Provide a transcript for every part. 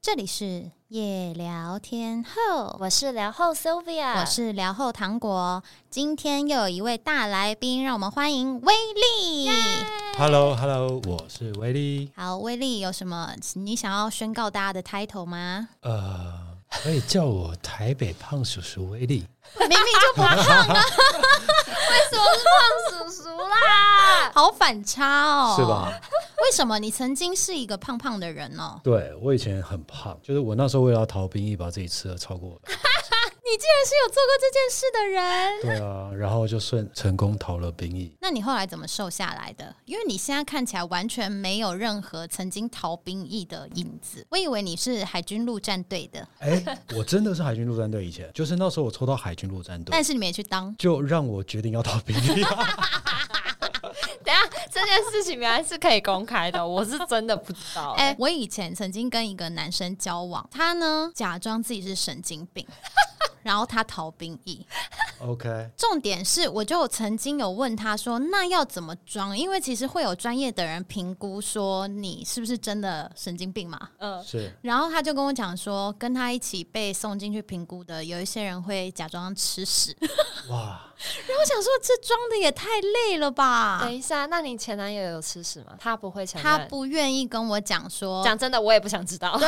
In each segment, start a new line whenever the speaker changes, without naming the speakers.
这里是夜聊天后，
我是聊后 Sylvia，
我是聊后糖果。今天又有一位大来宾，让我们欢迎威力。
Hello，Hello，我是威力。
好，威力有什么你想要宣告大家的 title 吗？
呃，可以叫我台北胖叔叔威力。
明明就不胖啊，
为什么是胖叔叔啦？
好反差哦，
是？吧？
为什么你曾经是一个胖胖的人哦？
对我以前很胖，就是我那时候为了要逃兵役，把自己吃的超过了。
你竟然是有做过这件事的人。
对啊，然后就顺成功逃了兵役。
那你后来怎么瘦下来的？因为你现在看起来完全没有任何曾经逃兵役的影子，我以为你是海军陆战队的，
哎、我真的是海军陆战队，以前就是那时候我抽到海军陆战队
但，是你没去当。
就让我决定要逃兵役。
等一下这件事情原来是可以公开的，我是真的不知道、
哎、
哎、
我以前曾经跟一个男生交往，他呢假装自己是神经病， 然后他逃兵役。
OK，
重点是，我就曾经有问他说，那要怎么装？因为其实会有专业的人评估说你是不是真的神经病嘛。
嗯，
是
然后他就跟我讲说，跟他一起被送进去评估的有一些人会假装吃屎。 然
哇，
后我想说，这装的也太累了吧
等？一下，那你前男友有吃屎吗？他不会承认。
他不愿意跟我讲说
讲真的，我也不想知道。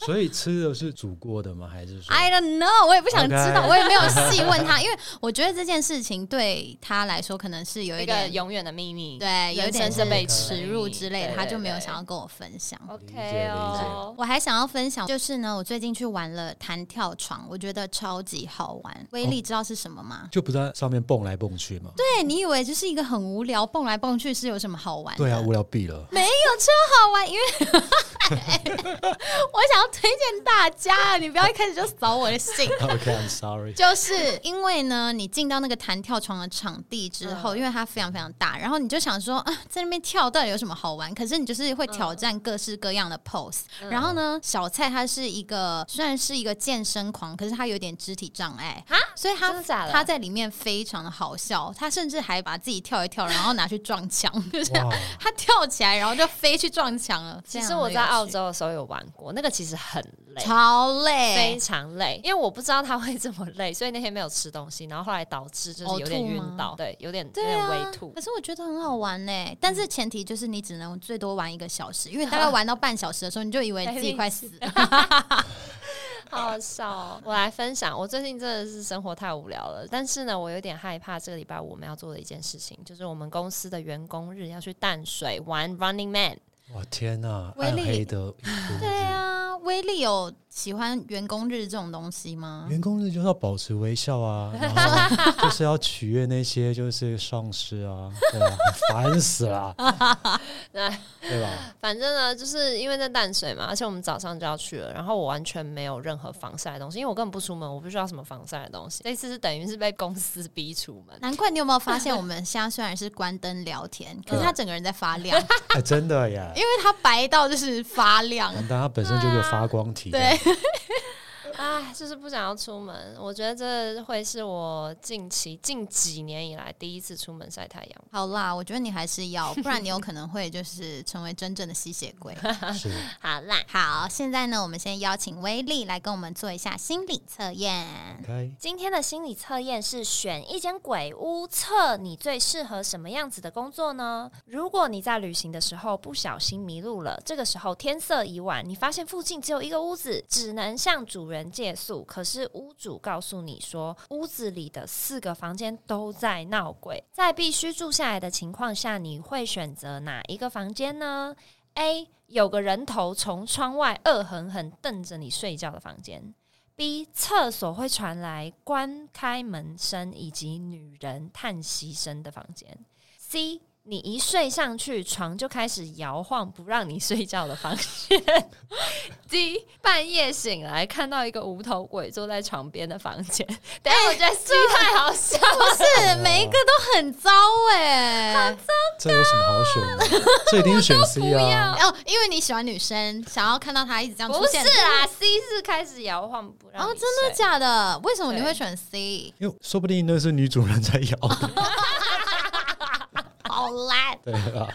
所以吃的是煮过的吗？还是说？
，I don't know，我也不想知道
OK
我也没有细问他，因为我觉得这件事情对他来说可能是有一
一个
点
永远的秘密。
对，有一点
人
是
生
被
被
耻辱之类的，
对
他就没有
对对
想要跟我分享。
理
，OK
解
哦。
我还想要分享，就是呢，我最近去玩了弹跳床，我觉得超级好玩。威力知道是什么吗？
就不在上面蹦来蹦去吗？对
对你以为就是一个很无聊，蹦来蹦去是有什么好玩的？
啊，无聊毙了。
没有超好玩，因为 我想要推荐大家，你不要一开始就扫我的兴。
OK，I'm、sorry。
就是因为呢，你进到那个弹跳床的场地之后，
嗯
因为它非常非常大，然后你就想说啊，在那边跳到底有什么好玩？可是你就是会挑
嗯
战各式各样的 pose、然后呢，小蔡他是一个虽然是一个健身狂，可是他有点肢体障碍
哈
所以他
真的假的
他在里面非常的好笑，他甚至还把自己跳一跳，然后拿去撞墙， 就是
哇，
他跳起来然后就飞去撞墙了。
其
非
实
常的
我在澳
有趣
洲的时候有玩过，那个其实很累。
超累
非，常累，因为我不知道他会这么累，所以那天没有吃东西，然后后来导致就是有点
呕吐
晕
吗
倒，对，有点有
对啊
点微吐嗯
可。是我觉得很好玩呢、但是前提就是你只能最多玩一个小时，因为 大概玩到半小时的时候，你就以为自己快死了。
好好笑哦！我来分享，我最近真的是生活太无聊了，但是呢，我有点害怕这个礼拜五我们要做的一件事情，就是我们公司的员工日要去淡水玩 Running Man。
哇天呐、
威
暗
力
黑的一部
对啊，威力有喜欢员工日这种东西吗？
嗯
员工日就是要保持微 笑啊，然后就是要取悦那些就是上司啊，对吧、烦 死了，
那
对吧？
反正呢，就是因为在淡水嘛，而且我们早上就要去了，然后我完全没有任何防晒的东西，因为我根本不出门，我不需要什么防晒的东西。这一次是等于是被公司逼出门。
难怪你有没有发现，我们现在虽然是关灯聊 天，可是
啊
他整个人在发亮，
哎，真的耶
因！为他白到就是发亮。
完蛋，他本身就有发光体，
对，
唉，就是不想要出门。我觉得这会是我近期近几年以来第一次出门晒太阳。
好啦，我觉得你还是要，不然你有可能会就是成为真正的吸血 鬼。
是
好啦，
好，现在呢，我们先邀请威力来跟我们做一下心理测验。
OK。
今天的心理测验是选一间鬼屋，测你最适合什么样子的工作呢？如果你在旅行的时候不小心迷路了，这个时候天色已晚，你发现附近只有一个屋子，只能向主人借宿。可是屋主告诉你说，屋子里的四个房间都在闹鬼，在必须住下来的情况下，你会选择哪一个房间呢？A 有个人头从窗外恶狠狠瞪着你睡觉的房间。B 厕所会传来关开门声以及女人叹息声的房间。C 你一睡上去，床就开始摇晃，不让你睡觉的房间。D 半夜醒来，看到一个无头鬼坐在床边的房 间。等一下，我觉得 C 太好笑了。
不是每一个都很糟哎、
这有什么 好选的？这一定是选 C 啊！
哦，因为你喜欢女生，想要看到她一直这样出
不是
现。
啦，C 是开始摇晃，不让
哦，真
你
的
睡
假的？为什么你
对
会选 C？
因为说不定那是女主人在咬的，
好烂
对吧？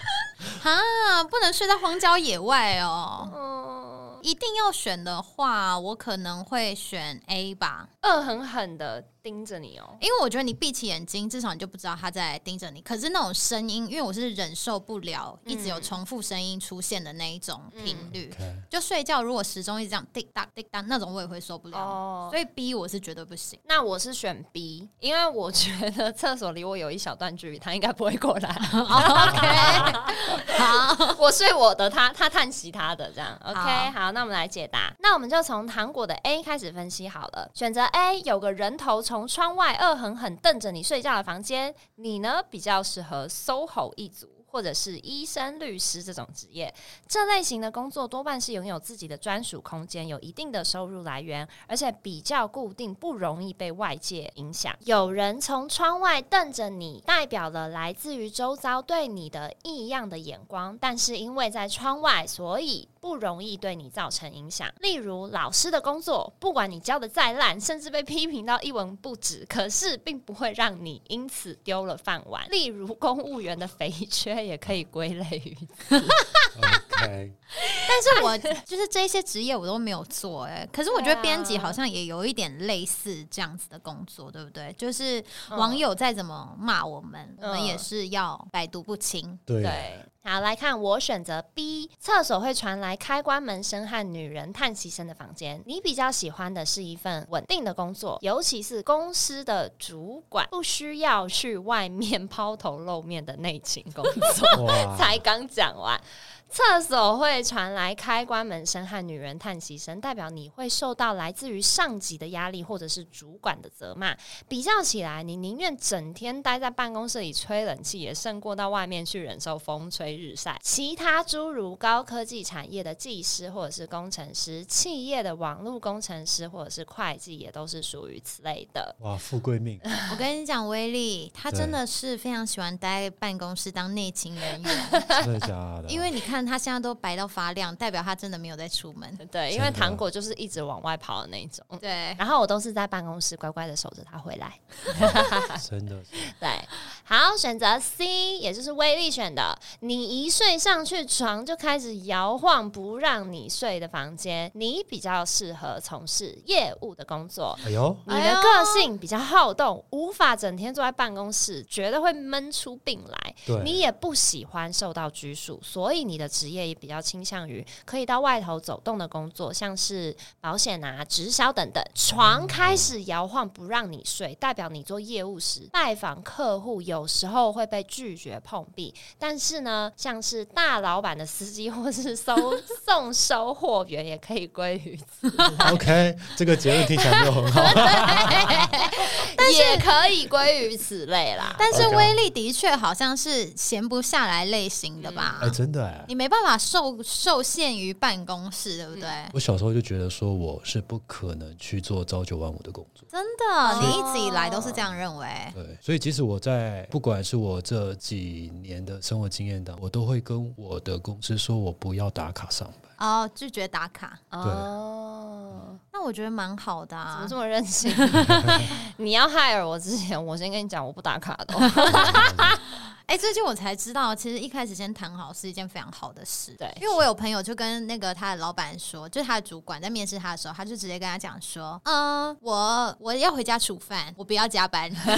啊！不能睡在荒郊野外哦。
嗯，
一定要选的话，我可能会选 A 吧，
恶狠狠的盯着你哦。
因为我觉得你闭起眼睛，至少你就不知道他在盯着你。可是那种声音，因为我是忍受不了一直有重复声音出现的那一种频
嗯
率，
OK，
就睡觉如果时钟一直这样滴答滴答那种，我也会受不了。
哦，
所以 B 我是绝对不行。
那我是选 B，因为我觉得厕所离我有一小段距离，他应该不会过来。
OK，好，
我睡我的，他他叹息他的，这样 OK
好
好。那我们来解答，那我们就从糖果的 A 开始分析好了。选择 A，有个人头从窗外恶狠狠瞪着你睡觉的房间，你呢比较适合 SOHO 一族。或者是医生、律师这种职业，这类型的工作多半是拥有自己的专属空间，有一定的收入来源，而且比较固定，不容易被外界影响。有人从窗外瞪着你，代表了来自于周遭对你的异样的眼光，但是因为在窗外，所以不容易对你造成影响。例如老师的工作，不管你教的再烂，甚至被批评到一文不值，可是并不会让你因此丢了饭碗。例如公务员的肥缺也可以归类于
OK，
但是我就是这些职业我都没有做哎、可是我觉
对
得
啊
编辑好像也有一点类似这样子的工作，对不对？就是
嗯
网友再怎么骂我们，我们
嗯
也是要百毒不侵。
对，
对。好，来看我选择 B，厕所会传来开关门声和女人叹息声的房间。你比较喜欢的是一份稳定的工作，尤其是公司的主管，不需要去外面 抛头露面的内勤工作。
哇，
才刚讲完，厕所会传来开关门声和女人叹息声，代表你会受到来自于上级的压力或者是主管的责骂。比较起来，你宁愿整天待在办公室里吹冷气，也胜过到外面去忍受风吹日晒。其他诸如高科技产业的技师或者是工程师、企业的网络工程师或者是会计，也都是属于此类的。
哇，富贵命，
我跟你讲，威力他
对
真的是非常喜欢待在办公室当内勤人员，
真的假的？
因为你看他现在都白到发亮，代表他真的没有在出门。
对，因为
真的
糖果就是一直往外跑的那一种。
对，
然后我都是在办公室乖乖的守着他回来。
真的
对，好，选择 C，也就是威力选的。你一睡上去床就开始摇晃，不让你睡的房间，你比较适合从事业务的工作。
哎呦，
你
哎
的
呦
个性比较好动，无法整天坐在办公室，觉得会闷出病来。
对，
你也不喜欢受到拘束，所以你的职业也比较倾向于可以到外头走动的工作，像是保险啊、直销等等。床开始摇晃不让你睡，代表你做业务时拜访客户有时候会被拒绝碰壁。但是呢，像是大老板的司机或是收 送收货员也可以归于，
OK，这个结论听起来没 有很好。
但是也可以归于此类啦。
但是
OK
威力的确好像是闲不下来类型的吧？
哎、真的哎、
你没办法受受限于办公室，对不对？
我小时候就觉得说我是不可能去做朝九晚五的工作。
真的，哦你一直以来都是这样认为。
对，所以即使我在不管是我这几年的生活经验当中，我都会跟我的公司说我不要打卡上班。
哦，拒绝打卡，
哦。
那我觉得蛮好的
怎
啊
么。这么任性？ 你要害了我之前，我先跟你讲，我不打卡的哦、
哎、最近我才知道，其实一开始先谈好是一件非常好的事。
对
因为我有朋友就跟那个他的老板说，就是他的主管在面试他的时候，他就直接跟他讲说：“嗯，我我要回家煮饭，我不要加 班。啊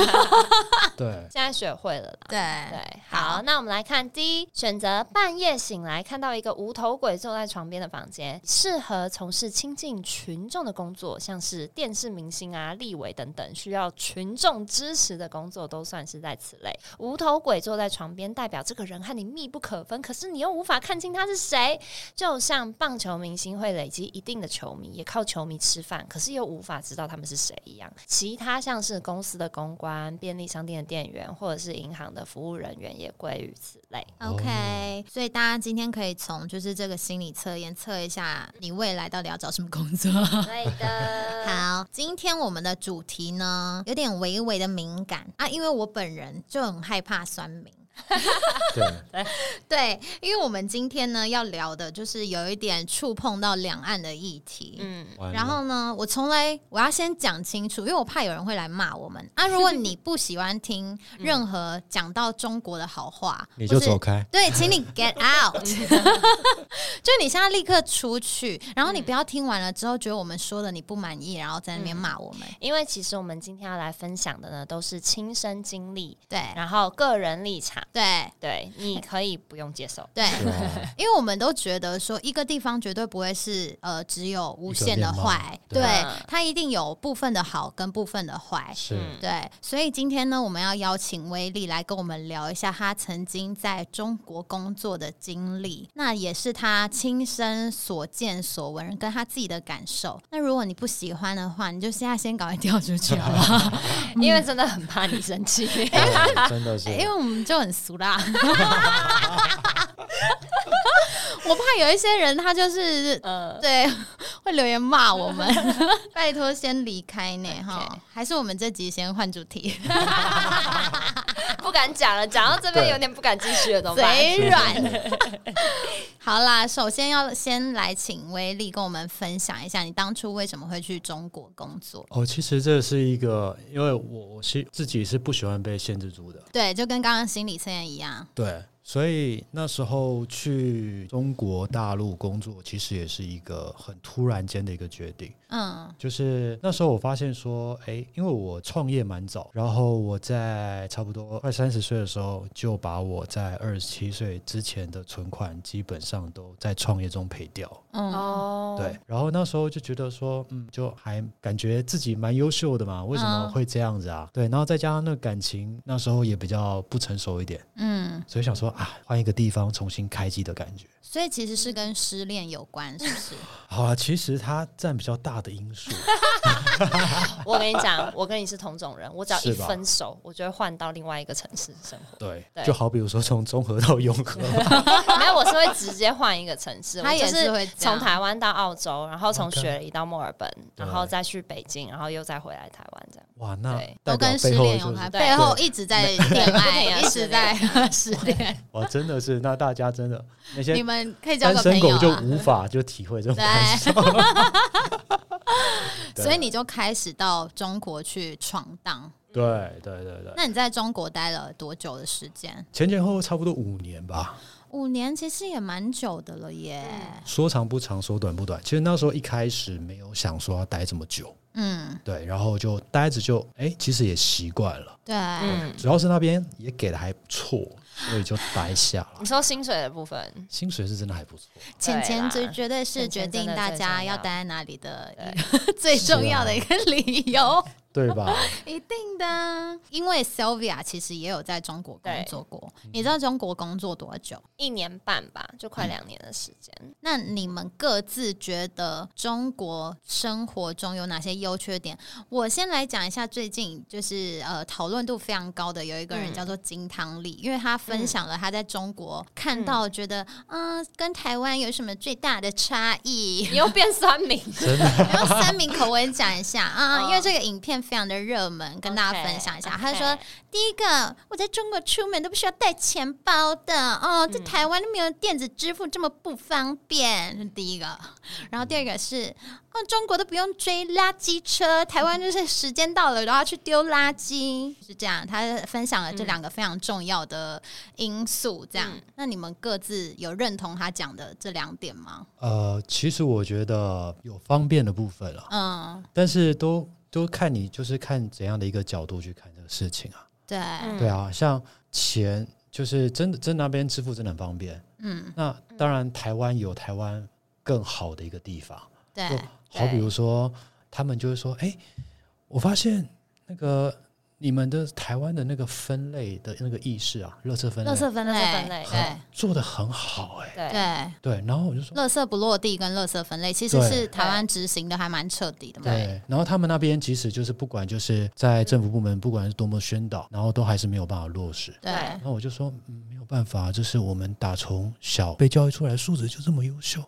对，
现在学会了啦。
对”
对，
嗯好
好，那我们来看第一，选择半夜醒来看到一个无头鬼坐在床边的房间，适合从事亲近群众的工作，像是电视明星啊、立委等等，需要群众支持的工作都算是在此类。无头鬼坐在床边，代表这个人和你密不可分，可是你又无法看清他是谁，就像棒球明星会累积一定的球迷，也靠球迷吃饭，可是又无法知道他们是谁一样。其他像是公司的公关、便利商店的店员，或者是银行的服务人员，也归于此类。
OK，、所以大家今天可以从就是这个心理测验测一下你未来到底要找什么工作。
对的，
好，今天我们的主题呢有点微微的敏感啊，因为我本人就很害怕酸民。
对，
对，因为我们今天呢要聊的就是有一点触碰到两岸的议题。
嗯，
完了
然后呢，我从来我要先讲清楚，因为我怕有人会来骂我们 啊。如果你不喜欢听任何讲到中国的好话，
你就
或是
走开。
对，请你 get out，就你现在立刻出去，然后你不要听完了之后觉得我们说的你不满意，然后在那边骂我们。
因为其实我们今天要来分享的呢，都是亲身经历，
对
然后个人立场，
对
对，你可以不用接受。
对，
对啊，
因为我们都觉得说一个地方绝对不会是呃只有无限的坏，
一
对
个面
貌对，
它一定有部分的好跟部分的坏。
啊是
嗯
对，所以今天呢，我们要邀请威力来跟我们聊一下他曾经在中国工作的经历，那也是他亲身所见所闻跟他自己的感受。那如果你不喜欢的话，你就现在先赶快跳出去好不好？
因为真的很怕你生气。
对 真的是
因为我们就很俗啦。 我怕有一些人他就是
呃，
对， 会留言骂我们，拜托先离开呢哈
OK
还是我们这集先换主题，
不敢讲了，讲到这边有点不敢继续了，怎么办？
嘴软。好啦，首先要先来请威力跟我们分享一下，你当初为什么会去中国工作？
哦，其实这是一个，因为我我是自己是不喜欢被限制住的，
对，就跟刚刚心理测验一样，
对，所以那时候去中国大陆工作，其实也是一个很突然间的一个决定。
嗯
就是那时候我发现说，哎，因为我创业蛮早，然后我在差不多快三十岁的时候，就把我在二十七岁之前的存款基本上都在创业中赔掉。
嗯，
哦，
对，然后那时候就觉得说，嗯，就还感觉自己蛮优秀的嘛，为什么
嗯
会这样子啊？对，然后再加上那个感情那时候也比较不成熟一点，
嗯，
所以想说啊，换一个地方重新开机的感觉。
所以其实是跟失恋有关，是不是？
好啊，其实它占比较大的 因素。
我跟你讲，我跟你是同种人，我只要一
是吧
分手，我就会换到另外一个城市生
对，
对
就好比如说从中和到永
活。
和，
没有，我是会直接换一个城市，
他
我就
也
是
会这
从
样
台湾到澳洲，然后从
OK
雪梨到墨尔本，
对
然后再去北京，然后又再回来台湾，这样。
哇，那
对
都
代表
跟失
背后
恋
就
有
是
关，
对
背后一直在恋爱，一直在 失恋。
哇，真的是，那大家真的那
你
些
们可以交
单
个朋
身
友
狗就
啊。
无法就体会这种感受。对
所
啊
以你就开始到中国去闯荡。
对对对对，
那你在中国待了多久的时间？
前前后后差不多五年吧，
五年其实也蛮久的了耶。
说长不长，说短不短。其实那时候一开始没有想说要待这么久，
嗯，
对，然后就待着就哎、其实也习惯了，
对，
嗯，
主要是那边也给的还不错，所以就待下了
你。说薪水的部分，
薪水是真的还不错，
钱钱
对
绝
啦
绝对是
钱
决
钱
定
真的
大
最
家
重
要
要
待在哪里的最重要的一个 理由，
对 吧？
一定的啊。因为 Sylvia 其实也有在中国工作过，你知道中国工作多久？
一年半吧，就快两年的时间。
那你们各自觉得中国生活中有哪些优缺点？我先来讲一下最近就是呃讨论度非常高的有一个人
嗯
叫做金汤力，因为他分享了他在中国看到觉得嗯、呃跟台湾有什么最大的差异。
你又变酸民，
真的
用三名口吻讲一下啊，
哦
因为这个影片非常的热门，跟大家
OK，
分享一下。
OK
他说，第一个，我在中国出门都不需要带钱包的哦，
嗯
在台湾都没有电子支付这么不方便，这是第一个。然后第二个是，哦，中国都不用追垃圾车，台湾就是时间到了，然后要去丢垃圾，是这样。他分享了这两个非常重要的因素，这样。
嗯
那你们各自有认同他讲的这两点吗？
呃，其实我觉得有方便的部分了，
嗯，
但是都都看你就是看怎样的一个角度去看这个事情啊。
对，
嗯
对啊，像钱就是真的，真的那边支付真的很方便。
嗯，
那当然，台湾有台湾更好的一个地方，
对。
就好比如说，他们就会说：“哎、我发现那个你们的台湾的那个分类的那个意识啊，垃圾分类
垃圾分类，
垃圾分类
对
做的很好、哎，
对，
对，
对。然后我就说，
垃圾不落地跟垃圾分类其实
对
是台湾执行的还蛮彻底的嘛。
对。然后他们那边即使就是不管就是在政府部门，不管是多么宣导，然后都还是没有办法落实。
对
对
然后我就说、嗯、没有办法，就是我们打从小被教育出来，素质就这么优秀。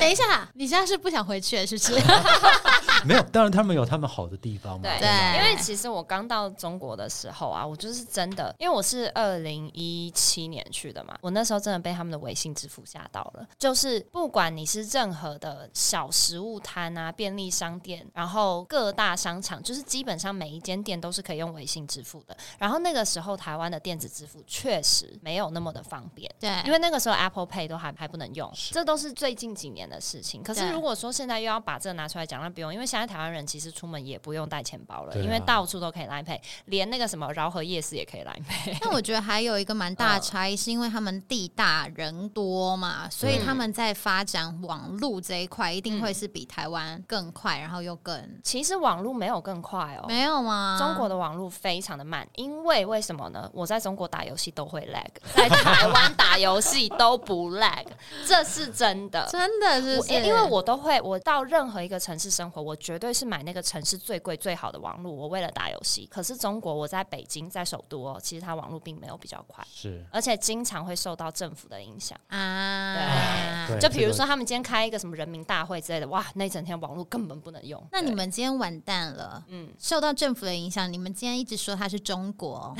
等一下，你现在是不想回去了，是 不是？
没有，当然他们有他们好的地方嘛。
对，
对
因为其实我刚到中国的时候啊，我就是真的，因为我是二零一七年去的嘛，我那时候真的被他们的微信支付吓到了。就是不管你是任何的小食物摊啊、便利商店，然后各大商场，就是基本上每一间店都是可以用微信支付的。然后那个时候台湾的电子支付确实没有那么的方便。
对，
因为那个时候 Apple Pay 都还还不能用，
是
这都是最近几年的事情。可是
对
如果说现在又要把这个拿出来讲，那不用，因为现在台湾人其实出门也不用带钱包了，
对啊
因为到处都可以 Line Pay，连那个什么饶河夜市也可以 Line Pay。
但我觉得还有一个蛮大的差异，是因为他们地大人多嘛，所以他们在发展网路这一块一定会是比台湾更快，然后又更
其实网络没有更快哦。
没有啊吗？
中国的网络非常的慢，因为为什么呢？我在中国打游戏都会 lag，在台湾打游戏都不 lag，这是真的。
真的是
我
不是，
因因为我都会，我到任何一个城市生活，我绝对是买那个城市最贵最好的网络，我为了打游戏。可是中国，我在北京，在首都哦，其实它网络并没有比较快，
是，
而且经常会受到政府的影响。
啊，
对
就比如
这
说，他们今天开一个什么人民大会之类的，哇，那一整天网络根本不能用。
那你
对
们今天完蛋了。
嗯，
受到政府的影响，你们今天一直说它是中 国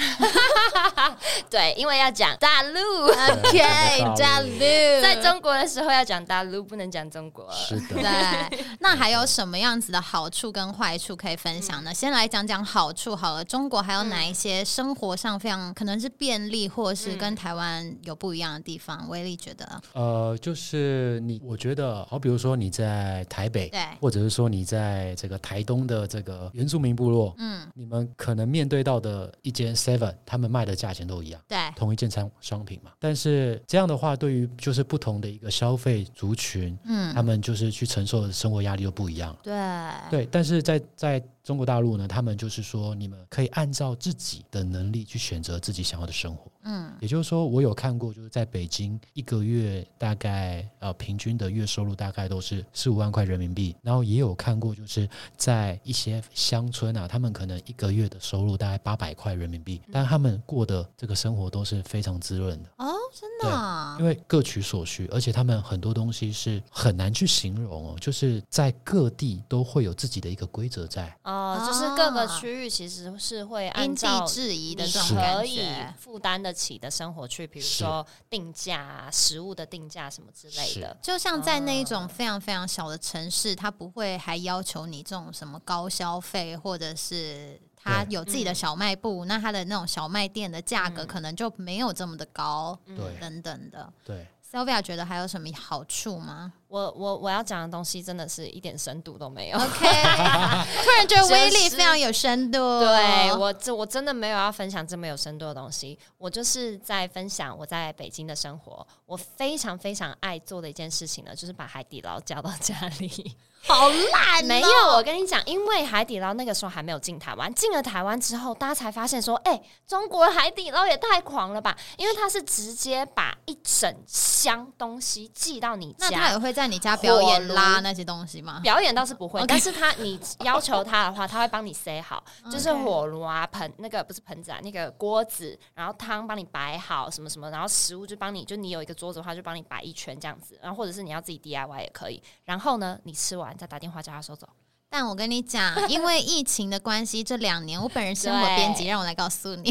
对，因为要讲大陆，
，OK，大
大
陆
陆
在中国的时候要讲大陆，不能讲中国。
是的，
对。那还有什么样子的好处跟坏处可以分享
嗯
呢？先来讲讲好处好了。中国还有哪一些生活上非常可能是便利，或是
嗯
跟台湾有不一样的地方？威力觉得，
呃，就是你，我觉得，好，比如说你在台北，
对
或者是说你在这个台东的这个原住民部落，
嗯，
你们可能面对到的一间 Seven，他们卖的价钱都一样。
对，
同一件商商品嘛，但是这样的话，对于就是不同的一个消费族群，他
嗯，
们就是去承受的生活压力就不一样了。
对，
对，但是在在中国大陆呢，他们就是说，你们可以按照自己的能力去选择自己想要的生活。
嗯，
也就是说，我有看过，就是在北京一个月大概呃平均的月收入大概都是四五万块人民币，然后也有看过，就是在一些乡村啊，他们可能一个月的收入大概八百块人民币，但他们过的这个生活都是非常滋润的，
哦，真的啊
因，为各取所需，而且他们很多东西是很难去形容哦，就是在各地都会有自己的一个规则在。
哦、就是各个区域其实是会按
因地
照
制宜的
你
这种感
可以
觉，
负担得起的生活去，比如
是
说定价、啊、食物的定价什么之类的。
就像在
嗯
那一种非常非常小的城市，它不会还要求你这种什么高消费，或者是它
对
有自己
嗯
的小卖部，那它的那种小卖店的价格可能就没有这么的高，
嗯
对
等等的。
对，
Sylvia 觉得还有什么好处吗
我我我要讲的东西真的是一点深度都没有。
？OK，突然觉得威力
就是
非常有深度。 哦
对我这我真的没有要分享这么有深度的东西，我就是在分享我在北京的生活。我非常非常爱做的一件事情呢，就是把海底捞叫到家里。
好烂、哦
没有，，我跟你讲，因为海底捞那个时候还没有进台湾，进了台湾之后，大家才发现说，哎、中国的海底捞也太狂了吧！因为它是直接把一整箱东西寄到你
那他
家。
也会在你家表演
火炉
拉那些东西吗？
表演倒是不会但是他你要求他的话，他会帮你塞好，就是火炉啊、盆那个不是盆子啊，那个锅子，然后汤帮你摆好，什么什么，然后食物就帮你，就你有一个桌子的话，就帮你摆一圈这样子，然后或者是你要自己 DIY 也可以。然后呢，你吃完再打电话叫他收走。
但我跟你讲，因为疫情的关系，这两年我本人生活
对
编辑，让我来告诉你。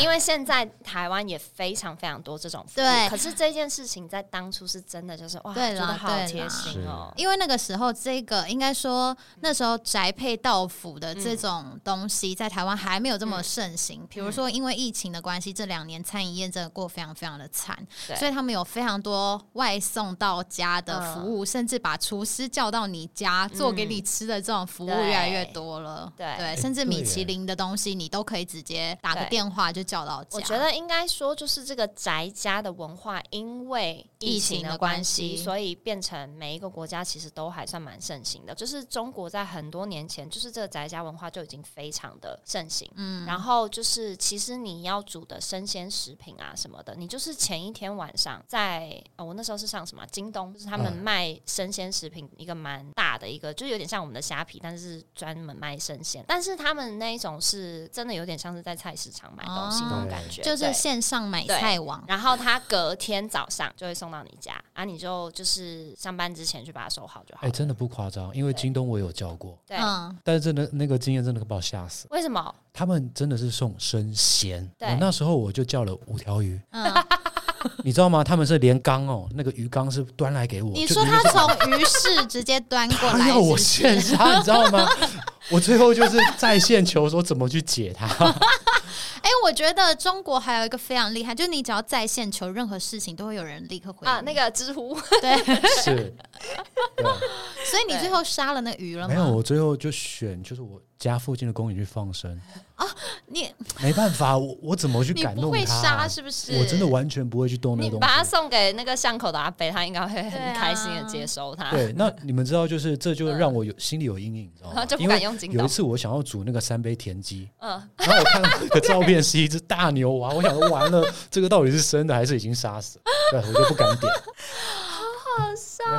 因为现在台湾也非常非常多这种服务，
对
可是这件事情在当初是真的，就是哇，
对
觉
啦
得好贴心哦、
因为那个时候，这个应该说那时候宅配到府的
嗯
这种东西在台湾还没有这么盛行。比、如说，因为疫情的关系，这两年餐饮业真的过非常非常的惨，
对嗯
所以他们有非常多外送到家的服务，甚至把厨师叫到你家、做给你吃的这种服务
对
越来越多了。
对
甚至
对
米
耶
其林的东西，你都可以直接打个
对
电话就叫到家。
我觉得应该说，就是这个宅家的文化，因为疫情的关
疫情的
系，
关系
所以变成每一个国家其实都还算蛮盛行的。就是中国在很多年前，就是这个宅家文化就已经非常的盛行。嗯，然后就是其实你要煮的生鲜食品啊什么的，你就是前一天晚上在、呃我那时候是上什么啊京东，就是他们
嗯
卖生鲜食品一个蛮大的一个，就是有点像我们的虾皮，但是专门卖生鲜。但是他们那一种是真的有点像是在菜市场买东西
哦
那种感觉，
就是
对
线上买菜网。
然后他隔天早上就会送到你家，啊，你就就是上班之前去把它收好就好
哎、
了。
真的不夸张，因为
对
京东我有叫过，
对，
嗯，
但是真的那个经验真的把我吓死。
为什么？
他们真的是送生鲜，
对
我那时候我就叫了五条鱼，
嗯，
你知道吗？他们是连缸哦，那个鱼缸是端来给我，
你
就
说
里
他
面是
从鱼市直接端过
他
来，
要我
是不
线
是
杀，你知道吗？ 我最后就是在线求说怎么去解 它，
哎、我觉得中国还有一个非常厉害，就是你只要在线求任何事情，都会有人立刻回
啊，
你
那个知乎，
对，
是，对
所以你最后杀了那鱼了吗？
没有，我最后就选就是我家附近的公园去放生，
你
没办法，我我怎么去
你
敢
不
弄
会
它
杀
啊？
是不是？
我真的完全不会去动那
你
个东
把它
西。
送给那个巷口的阿北，他应该会
对
很
啊
开心的接收它。
对，那你们知道，就是这就
啊嗯
让我有心里有阴影，你知道
然
吗
后？就不
因
敢
为
用金
有
刀
一。次我想要煮那个三杯田鸡，
嗯，
然后我看到那个照片是一只大牛蛙，我想说完了，这个到底是生的还是已经杀死了？对，我就不敢 点。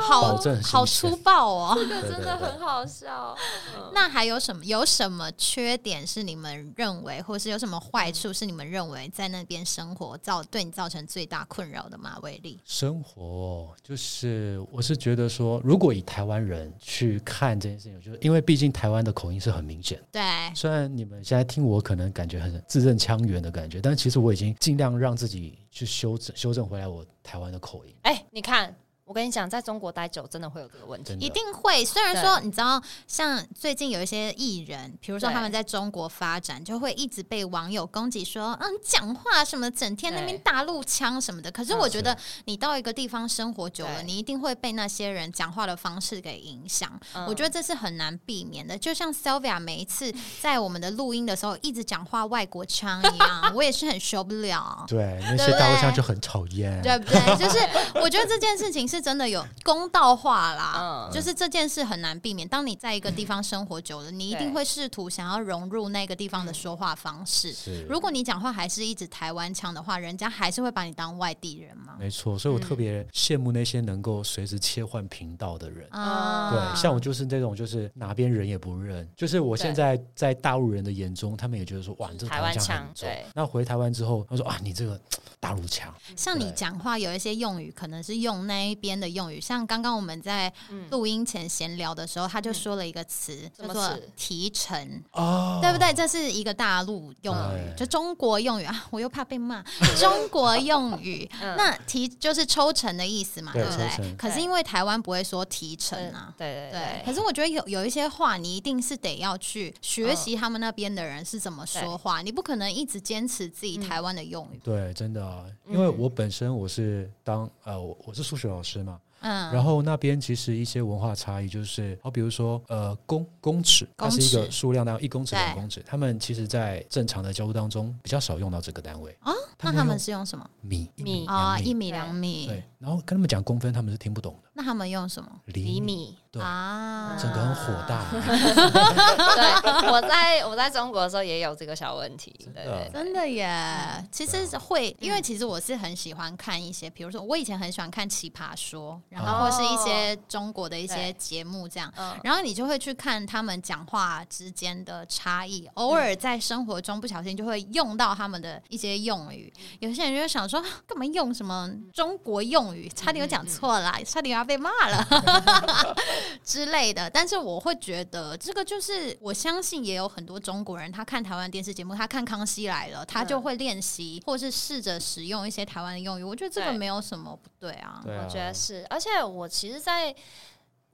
好
保证新
好
鲜
粗暴哦。
这
对
真的
对对
很好笑。嗯
那还有什么有什么缺点是你们认为，或是有什么坏处是你们认为在那边生活造对你造成最大困扰的吗？威力，
生活哦就是，我是觉得说，如果以台湾人去看这件事情，就是因为毕竟台湾的口音是很明显。
对，
虽然你们现在听我可能感觉很字正腔圆的感觉，但其实我已经尽量让自己去修正修正回来我台湾的口音。
哎，你看，我跟你讲，在中国待久真的会有这个问题。
真的
一定会。虽然说你知道，像最近有一些艺人，比如说
对
他们在中国发展，就会一直被网友攻击说，嗯，讲话什么，整天那边
对
大陆腔什么的。可是
嗯
我觉得，你到一个地方生活久了，
对
你一定会被那些人讲话的方式给影响。
嗯
我觉得这是很难避免的。就像 Sylvia 每一次在我们的录音的时候一直讲话外国腔一 样，我也是很受不了。
哦
对，那
对
些
不
大陆腔
对
就很讨厌。
对不对？就是我觉得这件事情是真的有公道化啦，
嗯
就是这件事很难避免。当你在一个地方生活久了，你一定会试图想要融入那个地方的说话方式。
嗯
是
如果你讲话还是一直台湾腔的话，人家还是会把你当外地人嘛。
没错，所以我特别羡慕那些能够随时切换频道的人。
啊，
对，像我就是那种，就是哪边人也不认，就是我现在在大陆人的眼中，他们也觉得说，哇，你这个
台
湾
湾
腔
腔
很重
对。
那回台湾之后，他说啊，你这个大陆腔，
像你
对
讲话有一些用语，可能是用那一边的用语。像刚刚我们在
嗯
录音前闲聊的时候，他就说了一个词，
什
叫
么
做
词
“提成”。
哦，
对不对？这是一个大陆用语
哎，
就中国用语啊！我又怕被骂。中国用语，
嗯
那提就是抽成的意思嘛，
对
对不
抽
对？
成
可是因为台湾不会说提成啊。
对
对
对对，，
可是我觉得有有一些话，你一定是得要去学习他们那边的人是怎么说话，你不可能一直坚持自己台湾的用语。
对，真的、啊，因为
嗯
我本身我是当呃，我我是数学老师嘛，
嗯，
然后那边其实一些文化差异，就是好，比如说呃，公公尺，它
公
是一个
尺
数量单位，一公尺、
对
两公尺，他们其实在正常的交互当中比较少用到这个单位，
那他们是用什么
米一
哦米
啊？
两
一米
对
两米
对？，然后跟他们讲公分，他们是听不懂的，
那他们用什么
厘
厘米，
米。啊
对，
啊？
整个很火大。
对，我在我在中国的时候也有这个小问题。对对
的啊
对
真的耶，其实是会，因为其实我是很喜欢看一些，比如说我以前很喜欢看《奇葩说》，然后或是一些中国的一些
对
节目这样，
嗯
然后你就会去看他们讲话之间的差异，偶尔在生活中不小心就会用到他们的一些用语。有些人就会想说，啊 干嘛用什么中国用语？差点有讲错啦，差点要被骂了之类的。但是我会觉得，这个就是我相信也有很多中国人，他看台湾电视节目，他看《康熙来了》，他就会练习或是试着使用一些台湾的用语。我觉得这个
对
没有什么不对啊。
对啊，
我觉得是，而且我其实在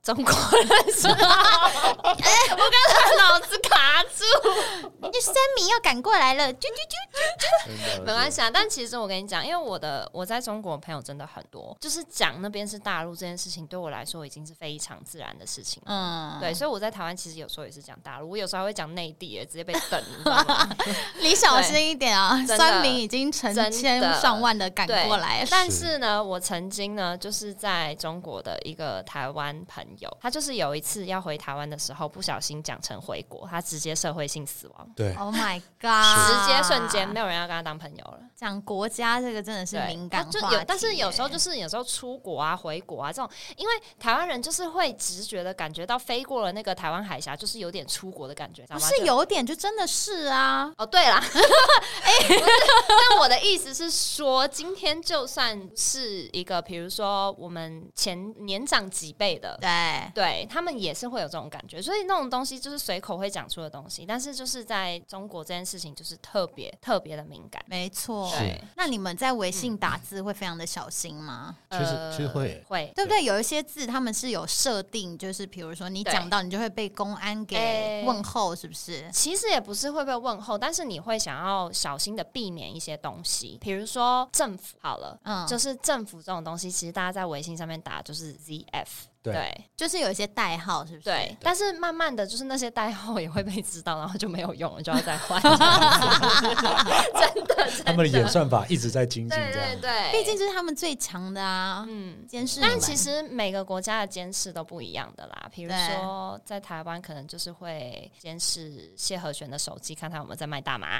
中国的时 候，哎，我刚才脑子卡住，
那哎三米要赶过来了，就就
没关
系。
系啊。但其实我跟你讲，因为我的我在中国的朋友真的很多，就是讲那边是大陆这件事情，对我来说已经是非常自然的事情了。
嗯，
对，所以我在台湾其实有时候也是讲大陆，我有时候还会讲内地，直接被等，你知道 吗？
你小心一点啊！
真的
酸民已经成
真的
千上万的赶
对
过来，
哎但是呢，我曾经呢，就是在中国的一个台湾朋友，他就是有一次要回台湾的时候，不小心讲成回国，他直接社会性死亡。
对，
呃
，Oh my my god！
直接瞬间没有人要跟他当朋友了。
讲国家这个真的是
对
敏
他
感
就
话
有，
题
但是有
耶
时候就是有时候出国啊、回国啊这种，因为台湾人就是会直觉的感觉到飞过了那个台湾海峡，就是有点出国的感觉，知道
不
吗？
是
就
有点就真的是啊，
哦，对啦， 哎、不是但我的意思是说，今天就算是一个，比如说我们前年长几辈的。
对。
对他们也是会有这种感觉，所以那种东西就是随口会讲出的东西，但是就是在中国这件事情就是特别特别的敏感，
没错
是，
对，
那你们在微信打字会非常的小心吗？
其实
呃
其实会
会
对不对？有一些字他们是有设定，就是比如说你
对
讲到，你就会被公安给
哎
问候，是不是？
其实也不是会被问候，但是你会想要小心的避免一些东西，比如说政府好了。
嗯，就
就是政府这种东西，其实大家在微信上面打就是 ZF，
对
对
就是有一些代号，是不是？
对但是慢慢的就是那些代号也会被知道，然后就没有用了，就要再换。 真的，真
他们的演算法一直在精进
对对
这样。
对，
毕竟这是他们最强的啊，
嗯，
监视你们。
但其实每个国家的监视都不一样的啦。比如
对
说在台湾，可能就是会监视谢和弦的手机，看他有没有在卖大 麻，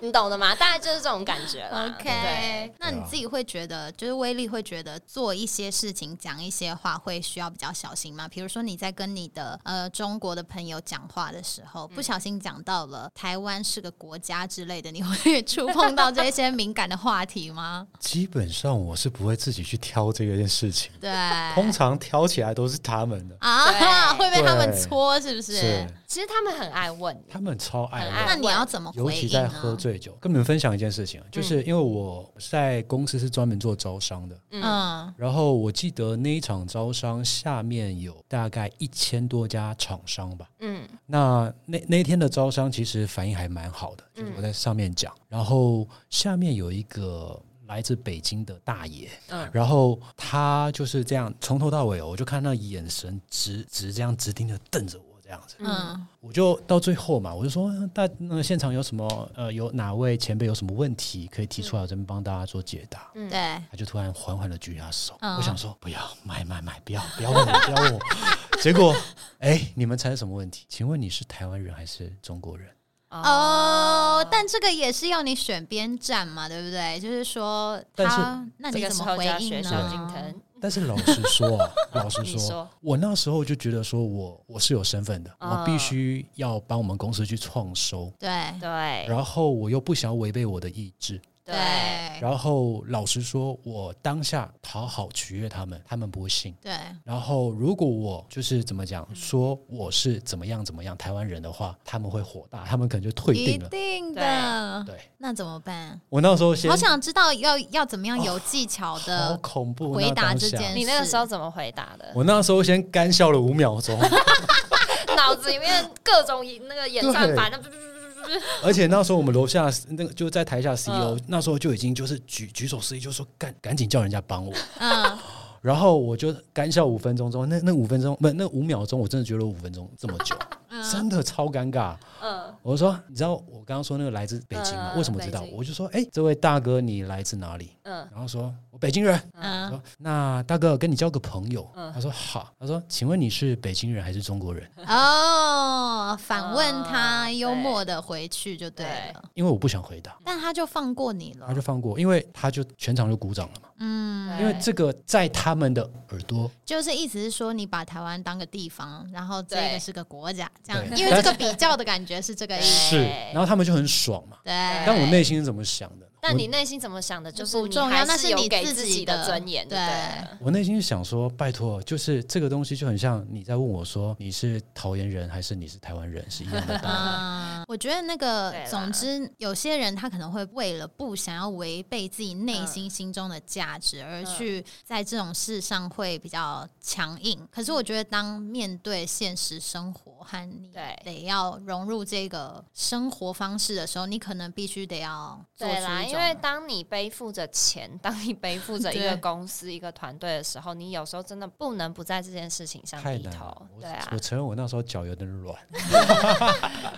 你懂的吗？大概就是这种感觉啦。对
啊
OK，那你自己会觉得，就是威力会觉得做一些事情、讲一些话会需要比较小心吗？比如说你在跟你的呃中国的朋友讲话的时候，不小心讲到了台湾是个国家之类的，你会触碰到这些敏感的话题吗？
基本上我是不会自己去挑这个件事情，
对，
通常挑起来都是他们的，
啊，
对
会被他们搓是不是？
其实他们很爱问，
他们超爱
很
我
爱
那你要怎么
尤
回
其
应
在喝
呢？
醉酒，跟你们分享一件事情啊，就是因为我在公司是专门做招商的，
嗯，
然后我记得那一场招商下面有大概一千多家厂商吧。
嗯，
那那那一天的招商其实反应还蛮好的，
嗯
就是我在上面讲，然后下面有一个来自北京的大爷，
嗯
然后他就是这样从头到尾哦，我就看那眼神直直这样直盯着瞪着我这样子，
嗯，
我就到最后嘛，我就说呃大那个现场有什么呃有哪位前辈有什么问题可以提出来，我这边帮大家做解答。
对，
他就突然缓缓的举下手，
嗯
我想说不要买买买，不要不要问我，不要问我。结果哎、你们猜是什么问题？请问你是台湾人还是中国人？
哦，但这个也是要你选边站嘛，对不对？就是说
但是
他，那
这
你
个
怎
时
么
候就
回
要
应
学
呢？
萧敬腾，
但是老实说啊，老 实
你
说，
说
我那时候就觉得说我我是有身份的，我
嗯
必须要帮我们公司去创收，
对
对
然后我又不想违背我的意志，
对，
然后老实说，我当下讨好取悦他们，他们不信。
对，
然后如果我就是怎么讲，说我是怎么样怎么样台湾人的话，他们会火大，他们可能就退
一
订了。
定的。
对
那怎么办？
我那时候先哦
好想知道要要怎么样有技巧
好
的
恐怖
回答这
那当
件
下
事。
你那个时候怎么回答的？
我那时候先干笑了五秒钟，
脑子里面各种那个演算法，那不不不不不
而且那时候我们楼下那个就在台
嗯
下 CEO，、那时候就已经就是举举手示意，就说赶赶紧叫人家帮我。
嗯，
然后我就干笑五分钟之后，那那五分钟不那五秒钟，我真的觉得五分钟这么 久，真的超尴尬。
嗯
我说，你知道我刚刚说那个来自北京吗？
嗯
为什么知道
北？京
我就说，哎、这位大哥你来自哪里？
嗯，
然后说我北京人。我
嗯
说那大哥跟你交个朋友。
嗯
他说好。他说，请问你是北京人还是中国人？
哦，反问他，
嗯
幽默的回去就对了。
因为我不想回答，
但他就放过你
他
了
就，放过，因为他就全场就鼓掌了嘛。
嗯，
对
因为这个在他们的耳朵，
就是意思是说你把台湾当个地方，然后这
对
个是个国家，这样，
对
因为这个比较的感觉是这个意思，
是，然后他们就很爽嘛。
对，
但我内心是怎么想的？
但
我
你内心怎么想的？就是
不
你
重要
还
那
是
是
有
你
给
自
自
己
己的
的
尊严，对不
对
对
我内心想说，拜托，就是这个东西就很像你在问我说你是桃园人还是你是台湾人是一样的道理。
嗯，我觉得那个
对啦，
总之，有些人他可能会为了不想要违背自己
嗯
内心心中的价值，而去在这种事上会比较强硬。可
嗯
是我觉得，当面对现实生活和你
对
得要融入这个生活方式的时候，你可能必须得要做出
对啦，
一
因为
种。
当你背负着钱，当你背负着一
对
个公司、一个团队的时候，你有时候真的不能不在这件事 情上
太
低
难
头
了。，我
对啊
我，承认我那时候脚有点软，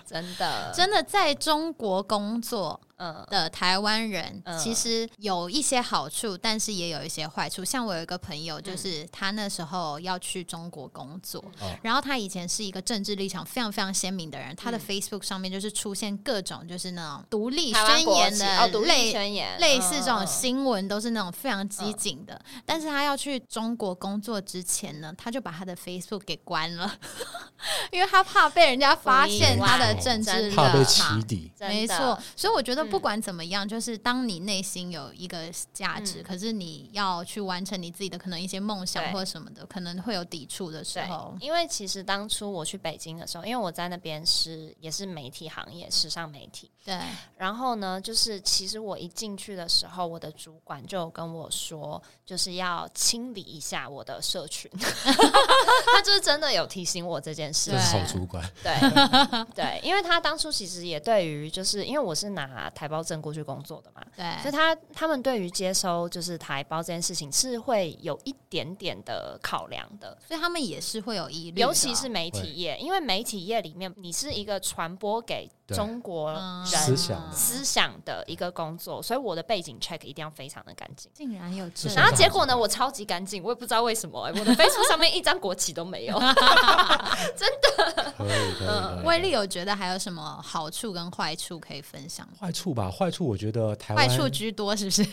真的，
真的在中国工作，
嗯
的台湾人，
嗯
其实有一些好处，但是也有一些坏处。像我有一个朋友，
嗯
就是他那时候要去中国工作，
哦
然后他以前是一个政治立场非常非常鲜明的人，他的
嗯
Facebook 上面就是出现各种就是那种独立
台湾
宣
国
言
旗哦，
的
独立
类、
宣言
类似这种
嗯
新闻，都是那种非常激进的。但是他要去中国工作之前呢，他就把他的 Facebook 给关了， 因为他怕被人家发现他的啊政治立
怕被起
场。
底。
真的
没错，所以我觉得
嗯
不管怎么样，就是当你内心有一个价值，
嗯
可是你要去完成你自己的可能一些梦想
对
或什么的，可能会有抵触的时
对
候，。
因为其实当初我去北京的时候，因为我在那边是也是媒体行业，时尚媒体。
对，
然后呢，就是其实我一进去的时候，我的主管就有跟我说，就是要清理一下我的社群。 他就是真的有提醒我这件事
对啊
情。
真是好 主管，
对 对，因为他当初其实也对于，就是因为我是拿台胞证过去工作的嘛，所以
对，
他
哎
他们对于接收就是台胞这件事情是会有一点点的考量的，
所以他们也是会有疑虑的哦，
尤其是媒体
啊会
业，因为媒体业里面你是一个传播给
对
中国
嗯
思
人
想的
思想的一个工作，所以我的背景 check 一定要非常的干净。
竟然有这
是
然
样
后结果呢？我超级干净，我也不知道为什么、欸我的 Facebook 上面一张国旗都没
啊
有。
可以可以可以。
威力有觉得还有什么好处跟坏处可以分享吗？
坏处吧，坏处我觉得台
坏
湾
处居多 是不是？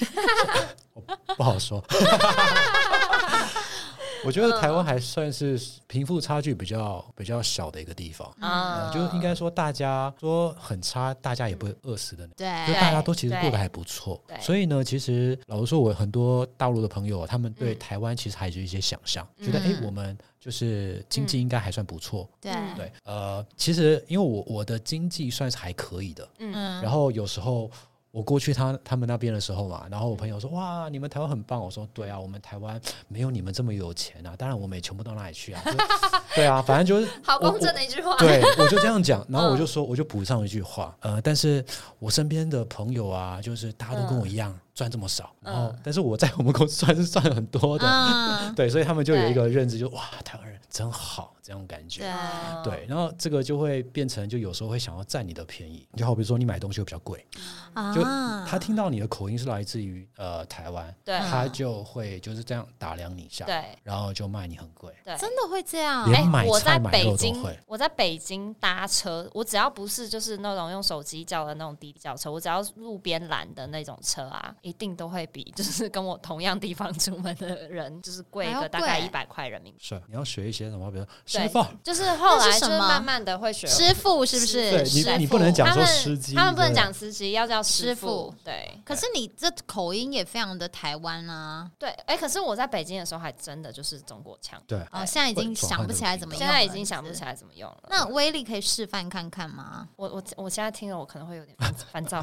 不好 说。我觉得台
嗯
湾还算是贫富差距比较比较小的一个地方，
啊
呃，就应该说大家说很差，大家也不会饿死的那种。就
对，
大家都其实
对
过得还不错
对，
所以呢，其实老实说，我很多大陆的朋友，啊他们对
嗯
台湾其实还有一些想象，觉得哎、
嗯
诶我们就是经济应该还算不错。
对，
嗯
对，呃，其实因为我我的经济算是还可以的，
嗯，
然后有时候我过去他他们那边的时候嘛，然后我朋友说哇，你们台湾很棒，我说对啊，我们台湾没有你们这么有钱啊，当然我们也穷不到哪里去啊，就 对啊，反正就是
好
我
公正的一句话。
对，我就这样讲，然后我就说，我就补上一句话，呃，但是我身边的朋友啊，就是大家都跟我一样赚这么少，然后
嗯
但是我在我们公司算是赚很多的，
嗯，
对，所以他们就有一个认知，就哇，台湾人真好这种感觉。
对
嗯
对，然后这个就会变成，就有时候会想要占你的便宜，就好比说你买东西会比较贵，就
啊，
他听到你的口音是来自于呃台湾，
对
他就会就是这样打量你一下，
对
然后就卖你很贵，
对，
真的会这样，
连
哎，
买
我
菜
在
买肉
北
都
京
会，
我在北京搭车，我只要不是就是那种用手机叫的那种滴滴叫车，我只要路边拦的那种车啊，一定都会比就是跟我同样地方出门的人，就是贵
还要
个大概
贵
一百块人民币。
是啊你要学一些什么，比如说
对
师傅。
就是后
那
来
是什
就是
么
慢慢的会学，
师傅是不是？
对你
师傅
你不能讲
他
说
们
司机
他们不能
对
讲司机，要叫
师
师
傅
傅。对
可是你这口音也非常的台湾啊，
对，哎，可是我在北京的时候还真的就是中国腔，
对，
哦，
对
现在已经
会转
想
换
不
这个
起来
地
怎么
现
用了，
在已经想不
是
起来怎么用了。
那威力可以示范看看 吗？
我我我现在听了，我可能会有点 烦烦躁。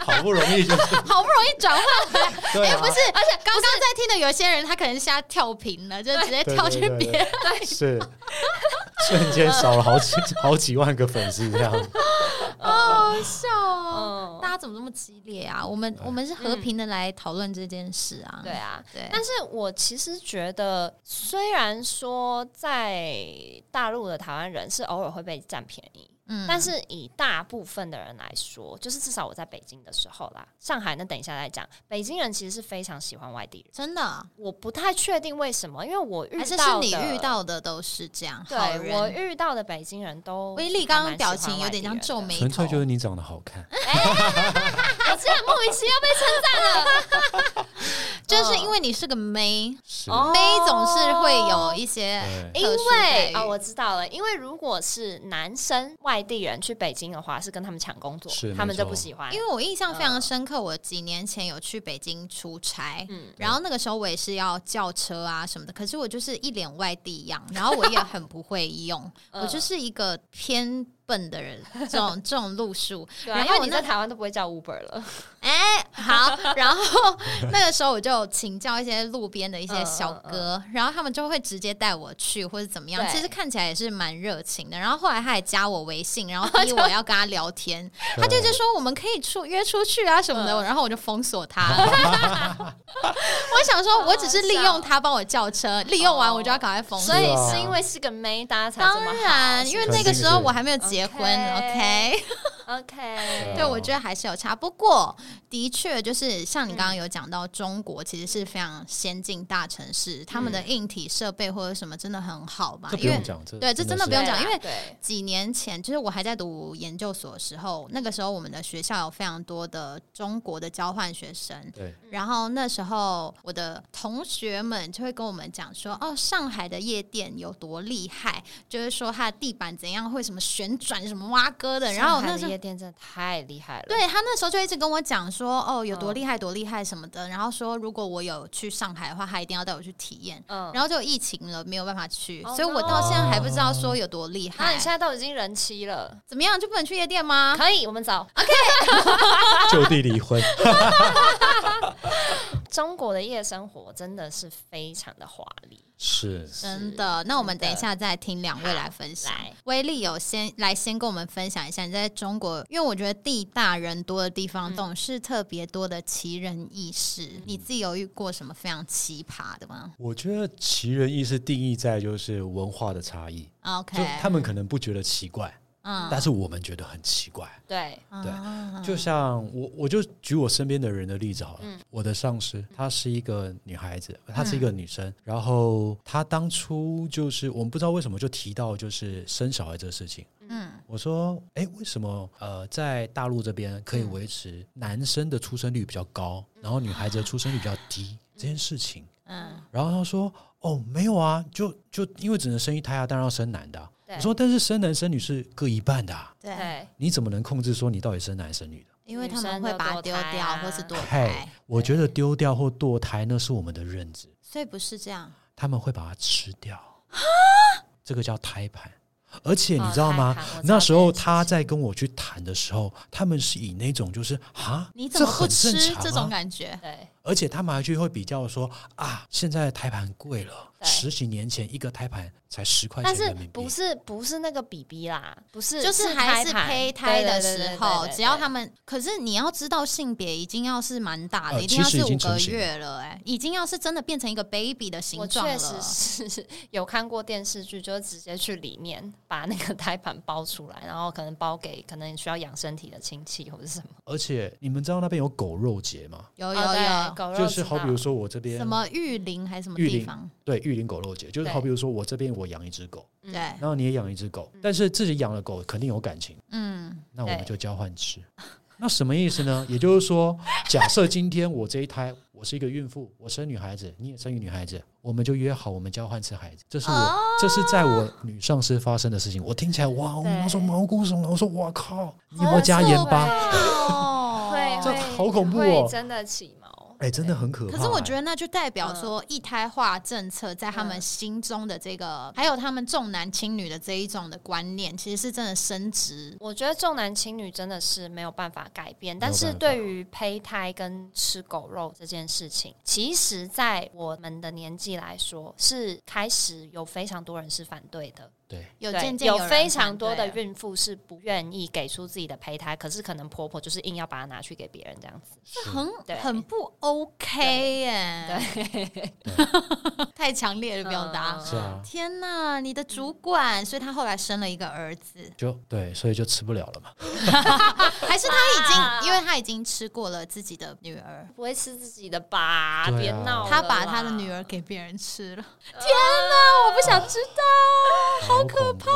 好不容易就是
好不容易转换，
对
哎，
啊
不是，而且刚刚在听的有些人，他可能瞎跳屏了，就直接
对
跳去
对对
别
对是 瞬间少了好几好几万个粉丝这样，
好笑哦！
嗯
大，家怎么这么激烈啊？我们我们是和平的来讨论这件事啊。
对啊。
对，
但是我其实觉得，虽然说在大陆的台湾人是偶尔会被占便宜，
嗯
但是以大部分的人来说，就是至少我在北京的时候啦，上海那等一下再讲。北京人其实是非常喜欢外地人，
真的
我不太确定为什么，因为我遇
还是是
到
你
的
遇到的都是这样好
对我
人。
遇到的北京人都
威力刚刚表情有点像 皱眉头，
纯粹就是你长得好看，
还蛮喜欢外地人的，哎竟然莫名其妙被
就是因为你是个妹，
是
哦
妹总是会有一些
对
特
因
殊待
为
遇
哦，我知道了，因为如果是男生外地人去北京的话，是跟他们抢工作
是，
他们
没
就
错
不喜欢
因。为我印象非常深刻，我几年前有去北京出差，
嗯
然后那个时候我也是要叫车啊什么的，可是我就是一脸外地样，然后我也很不会用，
嗯
我就是一个偏笨的人，这种这种路数。
对啊，
然
因
后
为
我
你
那
在台湾都不会叫 Uber 了，
哎、好，然后那个时候我就请教一些路边的一些小哥，然后他们就会直接带我去或者怎么样，
对
其实看起来也是蛮热情的。然后后来他也加我微信，然后逼我要跟他聊天，他就一直说我们可以出约出去啊什么的，
嗯
然后我就封锁他 了。我想说，我只是利用他帮我叫车，利用完我就要赶快封锁
所。以
是啊
哦是因为是个妹，大家才这
当
么好
然，因为那个时候我还没有结婚
肯定是
，OK，
OK，
哎对，我觉得还是有差。不过，的确就是像你刚
嗯
刚有讲到，中国其实是非常先进大城市，他们的
嗯
硬体设备或者什么真的很好嘛。
这不
因为
用讲，这
对这真的
是
不用讲
对啦啊
因为
对
几年前，就是我还在读研究所的时候，那个时候我们的学校有非常多的中国的交换学
嗯
生。
对
然后那时候我的同学们就会跟我们讲说，哦，上海的夜店有多厉害，就是说它的地板怎样会什么旋转什么蛙哥的。然后
上
我
海
那
的
时候
夜店真的太厉害了，
对他那时候就一直跟我讲说，哦，有多
嗯
厉害，多厉害什么的，然后说如果我有去上海的话，他一定要带我去体验。
嗯，
然后就疫情了，没有办法去
Oh
所以我到现在还不知道说有多厉害。
那你现在都已经人妻了，
怎么样就不能去夜店吗？
可以，我们走。
就地离婚，
中国的夜生活真的是非常的华丽，
是
真的，那我们
真的
等一下再听两位来分享
好来。
威力有先来先跟我们分享一下你在中国，因为我觉得地大人多的地
嗯
方，总是特别多的奇人异事。你自己有遇过什么非常奇葩的吗
我觉得奇人异事定义在就是文化的差异，
？OK，
就他们可能不觉得奇怪，
嗯，
但是我们觉得很奇怪。
对，
对
啊
就像我，我就举我身边的人的例子好了。我的上司，她是一个女孩子，她是一个女生。然后她当初就是我们不知道为什么就提到就是生小孩这个事情。
嗯
我说，哎，为什么呃在大陆这边可以维持男生的出生率比较高，然后女孩子的出生率比较低这件事情？
嗯
然后她说，哦，没有啊，就就因为只能生一胎啊，当然要生男的啊、
对
我说，但是生男生女是各一半的、啊，
对，
对，
你怎么能控制说你到底生男生女的？
因为他们会把它丢
啊
掉或是堕
嘿
胎，，
我觉得丢掉或堕胎那是我们的认知，
所以不是这样。
他们会把它吃掉，
啊
这个叫胎盘。而且你
哦
知道吗
胎盘我？知道
那时候
这件事情
他在跟我去谈的时候，他们是以那种就是啊，
你怎么
这
不
很正
吃
常啊
这种感觉？
对，
而且他们还去会比较说啊，现在的胎盘贵了，
对
十几年前一个胎盘才十块
但
钱
是
人民币
不。是不是那个 BB 啦，不是，
就是还是胚胎的时候，只要他
们
们，可是你要知道性别已经要是蛮大的，
呃
一定要
其
是
实已
五
经
个
成型了
月了，哎，已经要是真的变成一个 baby 的形
我
状
确实
了。
是 有看过电视剧，就是直接去里面把那个胎盘包出来，然后可能包给可能需要养身体的亲戚或者什么。
而且你们知道那边有狗肉节吗？
有
哦
有
对
有，
狗肉
就是
知
好比
道
如说我这边
什么玉林还是什么
玉
地
林
方？
对玉林狗肉节，就是
对
好比如说我这边我养一只狗，
嗯
对，
然后你也养一只狗，但是自己养的狗肯定有感情，
嗯，
那我
对
们就交换吃。那什么意思呢？也就是说，假设今天我这一胎我是一个孕妇，我生女孩子，你也生一女孩子，我们就约好我们交换吃孩子。这是我、
哦
这是在我女上司发生的事情。我听起来哇，我
对
毛说毛骨悚然，我说哇靠，你有没有加盐巴？
哦
会
这
会
好恐怖
会
哦
真的起毛。
哎、真的很可怕、
可是我觉
得
得那就代表
嗯
说一胎化政策在他们心中的这个，还有他们重男轻女的这一种的观念，其实是真的升值。
我觉得重男轻女真的是没有办法改变，但是
办法
对于胚胎跟吃狗肉这件事情，其实，在我们的年纪来说，是开始有非常多人是反对的，
对，
有
对
渐渐
有
人
非常多的
反对了
孕妇是不愿意给出自己的胚胎，可是可能婆婆就是硬要把它拿去给别人这样子。
是
对
很很不 OK
嗯
耶，太强烈的表
嗯
达。
是啊，
天呐，你的主管，所以他后来生了一个儿子，
就对，所以就吃不了了嘛。
还是他已经，因为他已经吃过了自己的女儿，
不会吃自己的吧？
对啊
别闹了啦！嗯
他把他的女儿给别人吃了。天呐，我不想知 道，
好可怕、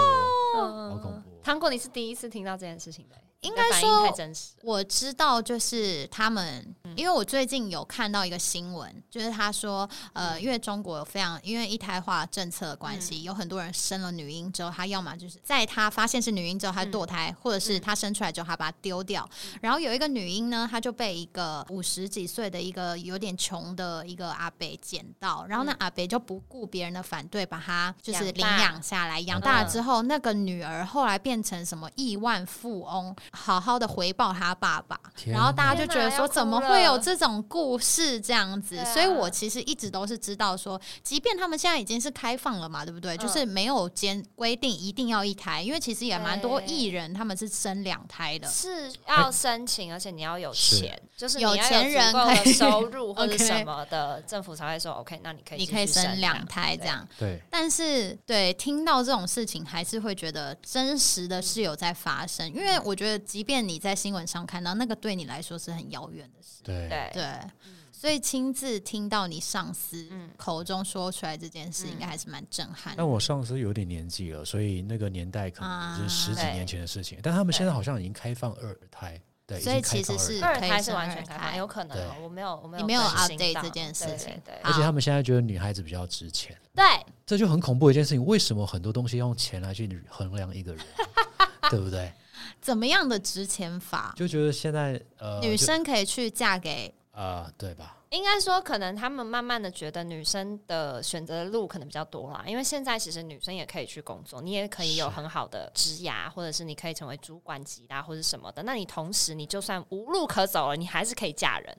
嗯，
好恐怖哦
糖果，你是第一次听到这件事情的，欸
应该
你的反应
说
太真实了。
我知道，就是他们，因为我最近有看到一个新闻，就是他说，呃，
嗯
因为中国有非常因为一胎化政策的关系，有很多人生了女婴之后，他要么就是在他发现是女婴之后，他堕胎，或者是
嗯
他生出来之后，他把它丢掉。然后有一个女婴呢，她就被一个五十几岁的一个有点穷的一个阿伯捡到，然后那阿伯就不顾别人的反对，把她就是领
嗯养大
养下来，养大了之后，那个女儿后来变成什么亿万富翁，好好的回报她爸爸，
天
然后大家
哪
就觉得
天哪
说
要哭
怎么会有这种故事这样子
了，对啊
所以我其实一直都是知道说，即便他们现在已经是开放了嘛，对不对？
嗯
就是没有监规定一定要一胎，因为其实也蛮多
对
艺人他们是生两胎的，
是要申请，而且你要有钱，就是你
有
要
钱人
足够的
可以
收 入或者
OK
什么的，政府才会说 OK，那你可以
你
继续
可以生
生
两胎这
对
样。
对，
但
嗯
是，对听到这种事情，还是会觉得真实的是有在发生，因为我觉得即便你在新闻上看到，那个对你来说是很遥远的事。
对
对
对，所以亲自听到你上司
嗯
口中说出来这件事，
嗯
应该还是蛮震撼的
但。我上司有点年纪了，所以那个年代可能就是十几
啊
年前的事情。但他们现在
对
好像已经开放二胎，对，已
所以
经开
其实
放二
是
二
胎
可以
胎是
生
完
二
全开
胎
放，有可能哦我没有，我没有，
你没有
更新
update
到
这件事
对
情
对
好
对
而且他们现在觉得女孩子比较值钱，
对，
这就很恐怖的一件事情。为什么很多东西要用钱来去衡量一个人，啊对不对？
怎么样的值钱法？
就觉得现在呃，
女
就
生可以去嫁给
啊、对吧？
应该说，可能他们慢慢的觉得女生的选择的路可能比较多啦，因为现在其实女生也可以去工作，你也可以有
是
很好的职涯，或者是你可以成为主管级啦，或者什么的。那你同时，你就算无路可走了，你还是可以嫁人。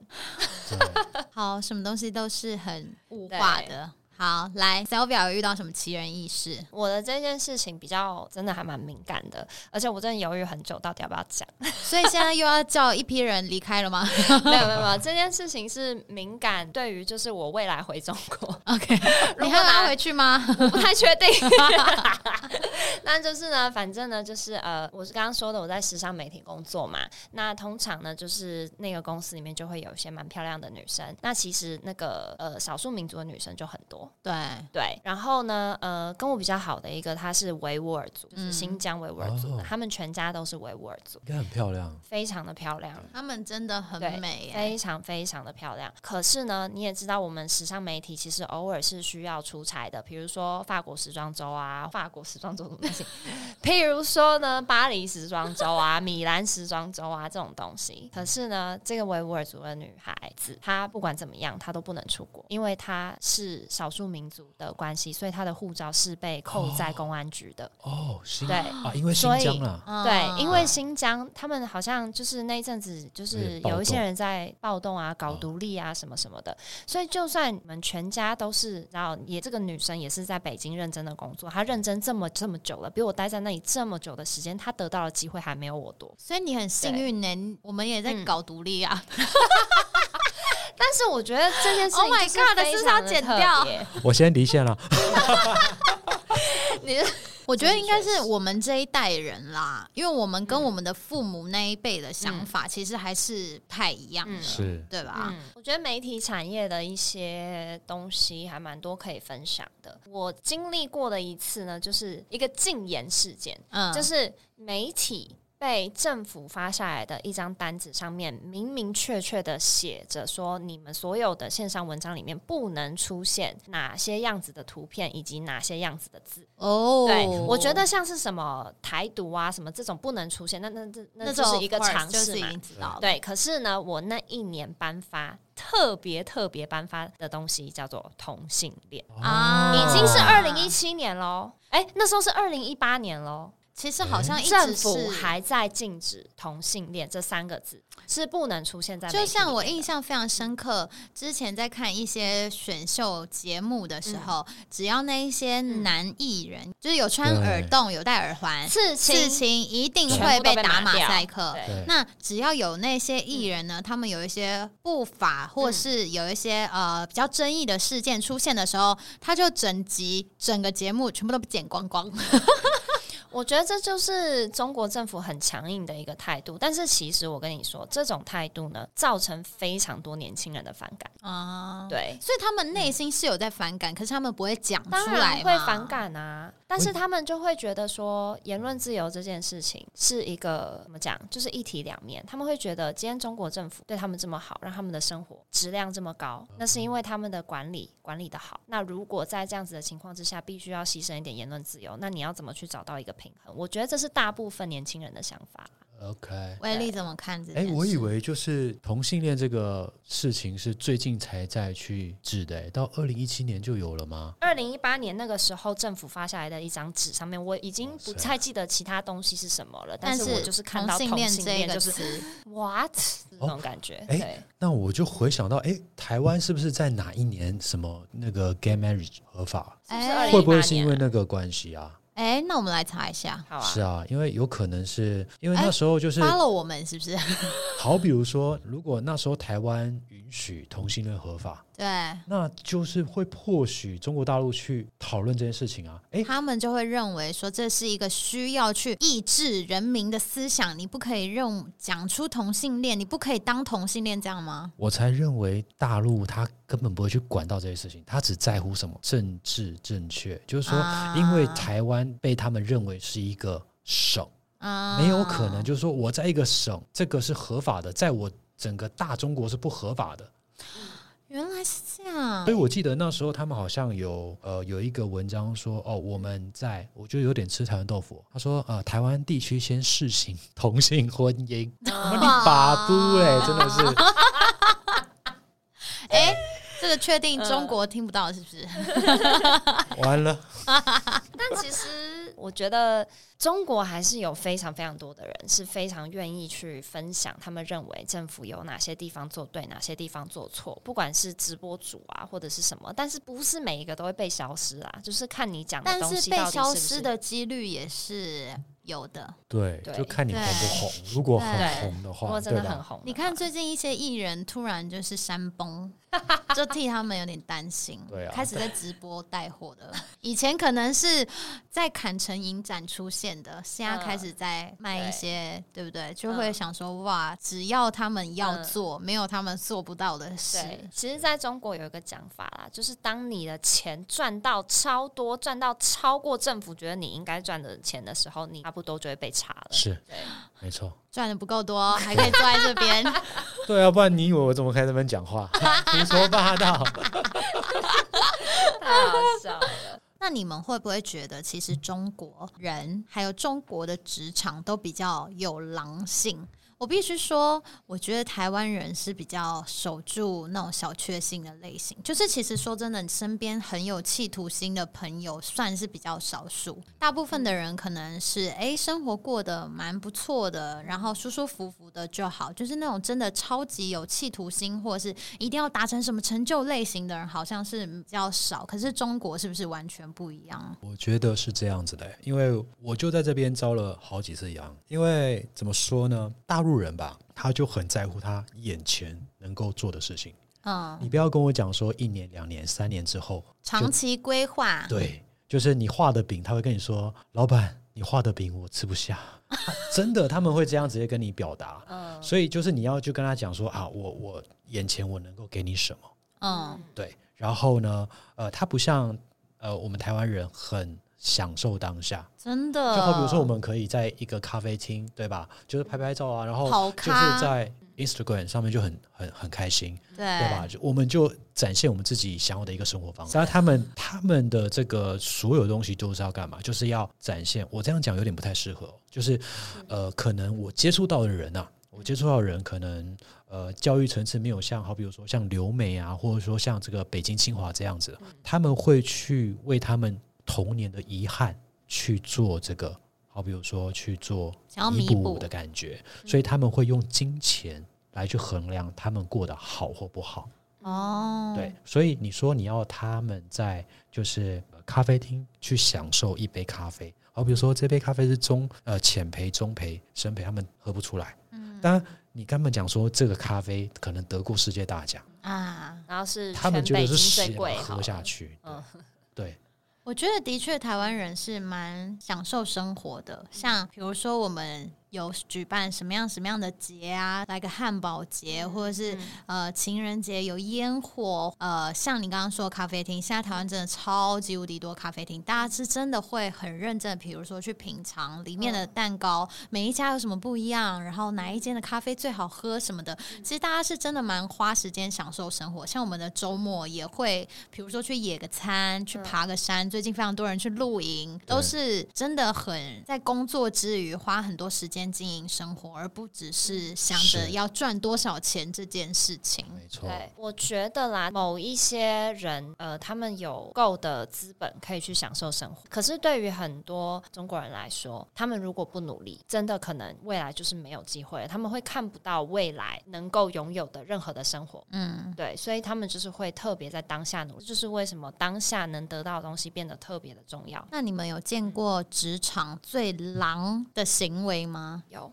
对，
好，什么东西都是很物化的。好，来 Sylvia 有遇到什么奇人异事？
我的这件事情比较真的还蛮敏感的，而且我真的犹豫很久，到底要不要讲。
所以现在又要叫一批人离开了吗
没有没有没有，这件事情是敏感，对于就是我未来回中国，
？OK，
如
你
果
还要
拿
拉回去 吗？
不太确定。啊 那就是呢，反正呢，就是呃，我是刚刚说的，我在时尚媒体工作嘛。那通常呢，就是那个公司里面就会有一些蛮漂亮的女生。那其实那个呃，少数民族的女生就很多，
对，
对。然后呢，呃，跟我比较好的一个，她是维吾尔族，就是
嗯
新疆维吾尔族的，
哦
他们全家都是维吾尔族，
应该很漂亮。
非常的漂亮。
他们真的很
对
美耶。
非常非常的漂亮。可是呢，你也知道，我们时尚媒体其实偶尔是需要出差的，比如说法国时装周啊，法国时装周什么东 西，譬如说呢，巴黎时装周啊，米兰时装周啊这种东西。可是呢，这个维吾尔族的女孩子，她不管怎么样，她都不能出国，因为她是少数民族的关系，所以她的护照是被扣在公安局的。
哦，新
对
啊，因为新
所以
疆啦，
嗯
对，因为新疆他们好像就是那一阵子，就
有
是
点暴动嗯
有一些人在暴动啊、搞独立啊什么什么的，所以就算你们全家都是，然后也这个女生也是在北京认真的工作，她认真这么这么久了，比我待在那里这么久的时间，她得到的机会还没有我多。
所以你很幸运呢，我们也在
嗯
搞独立啊。
但是我觉得这件事情
Oh my
就是
God，
非
是不是
常
要
的
剪
特
掉
别
我先离线了。
你
我觉得应该
这
是
是
我们这一代人啦，因为我们
嗯
跟我们的父母那一辈的想法其实还是不太一样的，
嗯
是
对吧？
嗯，我觉得媒体产业的一些东西还蛮多可以分享的。我经历过的一次呢，就是一个禁言事件。
嗯，
就是媒体被政府发下来的一张单子上面，明明确确的写着说，你们所有的线上文章里面不能出现哪些样子的图片以及哪些样子的字。
哦，
对，我觉得像是什么台独啊什么这种不能出现，那那那那
那
就
种
是一个
course
尝
就
试
是已
嘛。
经知道了。
对，可是呢，我那一年颁发特别特别颁发的东西叫做同性恋，
啊
已经是
哦
二零一七年喽，哎、那时候是二零一八年喽。
其实好像一
政
直
府
是，
还在禁止同性恋这三个字是不能出现在媒体里
就
面的，嗯
像我印象非常深刻，之前在看一些选秀节目的
嗯
时候，只要那一些男艺人，就是有穿耳洞、有戴耳环、
刺
刺
青，
青，一定
全部
会
都被
打
码
马
掉
赛克。
对，嗯
对
那只要有那些艺人呢，他们有一些不法或是有一些呃比较争议的事件出现的时候，他就整集整个节目全部都被剪光光。
我觉得这就是中国政府很强硬的一个态度。但是其实我跟你说，这种态度呢，造成非常多年轻人的反感。
啊，
哦对，嗯
所以他们内心是有在反感，可是他们不会讲出来
当然会
嘛
反感啊，但是他们就会觉得说，言论自由这件事情是一个怎么讲，就是一体两面。他们会觉得，今天中国政府对他们这么好，让他们的生活质量这么高，那是因为他们的管理管理的好。那如果在这样子的情况之下，必须要牺牲一点言论自由，那你要怎么去找到一个平衡？我觉得这是大部分年轻人的想法。
OK。哎、
威力怎么看这件事？
我以为就是同性恋这个事情是最近才在去治的、哎，到二零一七年就有了吗？
二零一八年那个时候，政府发下来的一张纸上面，我已经不太记得其他东西是什么了，
但
但是我就是看到
同
同
恋
性
这
恋
个
就 是
词，
what 那
哦
种感觉，
哎
对，
那我就回想到，哎、台湾是不是在哪一年什么那个 gay marriage 合法？
是不是
哎
2018
会不会是因
年
为
啊
那个关系啊？
哎，那我们来查一下
好啊，哎
是啊，因为有可能是因为那时候就是、
，follow 我们是不是？
好，比如说，如果那时候台湾允许同性恋合法，
对，
那就是会迫使中国大陆去讨论这件事情啊。哎，
他们就会认为说这是一个需要去抑制人民的思想，你不可以认讲出同性恋，你不可以当同性恋，这样吗？
我才认为大陆他根本不会去管到这些事情，他只在乎什么政治正确，就是说，
啊
因为台湾被他们认为是一个省，
啊
没有可能就是说我在一个省，这个是合法的，在我整个大中国是不合法的。
原来是这样
所以，我记得那时候他们好像有呃有一个文章说哦我们在我觉得有点吃台湾豆腐哦，他说呃台湾地区先试行同性婚姻，
啊
你把不哎真的是。
哎、这个确定中国听不到是不是？
完了，
但其实我觉得中国还是有非常非常多的人是非常愿意去分享，他们认为政府有哪些地方做对，哪些地方做错，不管是直播主啊或者是什么，但是不是每一个都会被消失啊，就是看你讲的
但
东
是
西
被
到底
消
是不
失
是
的几率也是有的。
对，
对
就看你红不
对
红。如果很
对啊
红的
如
话，
果真
对
的很
吧？
红的话，
你看最近一些艺人突然就是山 崩，就替他们有点担心。
对啊
开始在直播带货的，以前可能是在坎城影展出现的，现在开始在卖一
嗯
些，对不对？就会想说哇，只要他们要做，没有他们做不到的事。
对，其实在中国有一个讲法啦，就是当你的钱赚到超多，赚到超过政府觉得你应该赚的钱的时候，你差不多就会被查了。
是
对，
没错。
赚的不够多，还可以坐在这边。
对啊，不然你以为我怎么开始这边讲话？胡说八道。
太 好笑了。
那你们会不会觉得，其实中国人还有中国的职场都比较有狼性？我必须说，我觉得台湾人是比较守住那种小确幸的类型。就是其实说真的，你身边很有企图心的朋友算是比较少数，大部分的人可能是诶、生活过得蛮不错的，然后舒舒服服的就好。就是那种真的超级有企图心，或者是一定要达成什么成就类型的人，好像是比较少。可是中国是不是完全不一样？
我觉得是这样子的，因为我就在这边遭了好几次殃。因为怎么说呢，大陆人吧，他就很在乎他眼前能够做的事情。
嗯，
你不要跟我讲说一年、两年、三年之后，
长期规划，
对，就是你画的饼，他会跟你说，老板，你画的饼我吃不下。啊真的，他们会这样直接跟你表达。
嗯，
所以就是你要去跟他讲说啊，我我眼前我能够给你什么，
嗯，
对。然后呢，呃，他不像呃我们台湾人很享受当下，
真
就
的。
好比如说我们可以在一个咖啡厅，对吧？就是拍拍照啊，然
好
后就
咖
是在 Instagram 上面就很很很开心，
对
对吧？就我们就展现我们自己想要的一个生活方式。然后他们他们的这个所有东西都是要干嘛？就是要展现。我这样讲有点不太适合哦，就是呃，可能我接触到的人啊，我接触到的人可能呃教育层次没有像好比如说像留美啊，或者说像这个北京清华这样子，他们会去为他们童年的遗憾去做这个。好，比如说去做
想要弥
弥
补
补的感觉，所以他们会用金钱来去衡量他们过得好或不好。
哦，
嗯
对，，所以你说你要他们在就是呃咖啡厅去享受一杯咖啡，好，比如说这杯咖啡是中呃浅焙、中焙、深焙，他们喝不出来。嗯，当然你跟他们讲说这个咖啡可能得过世界大奖，
啊，
然后是
他们
全
觉
北
得是
京
死
最
也
贵
要
好
喝
了
下去。
嗯
对，
我觉得的确，台湾人是蛮享受生活的。像比如说，我们有举办什么样什么样的节啊，来个汉堡节，或者是、呃情人节有烟火。呃，像你刚刚说的咖啡厅，现在台湾真的超级无敌多咖啡厅，大家是真的会很认真的，比如说去品尝里面的蛋糕，每一家有什么不一样，然后哪一间的咖啡最好喝什么的。其实大家是真的蛮花时间享受生活。像我们的周末也会，比如说去野个餐，去爬个山。最近非常多人去露营，都是真的很在工作之余花很多时间经营生活，而不只是想着
是
要赚多少钱这件事情。
没错，
嗯对，我觉得啦，某一些人，呃，他们有够的资本可以去享受生活。可是对于很多中国人来说，他们如果不努力，真的可能未来就是没有机会了，他们会看不到未来能够拥有的任何的生活。
嗯，
对，所以他们就是会特别在当下努力，这就是为什么当下能得到的东西变得特别的重要。
那你们有见过职场最狼的行为吗？
有，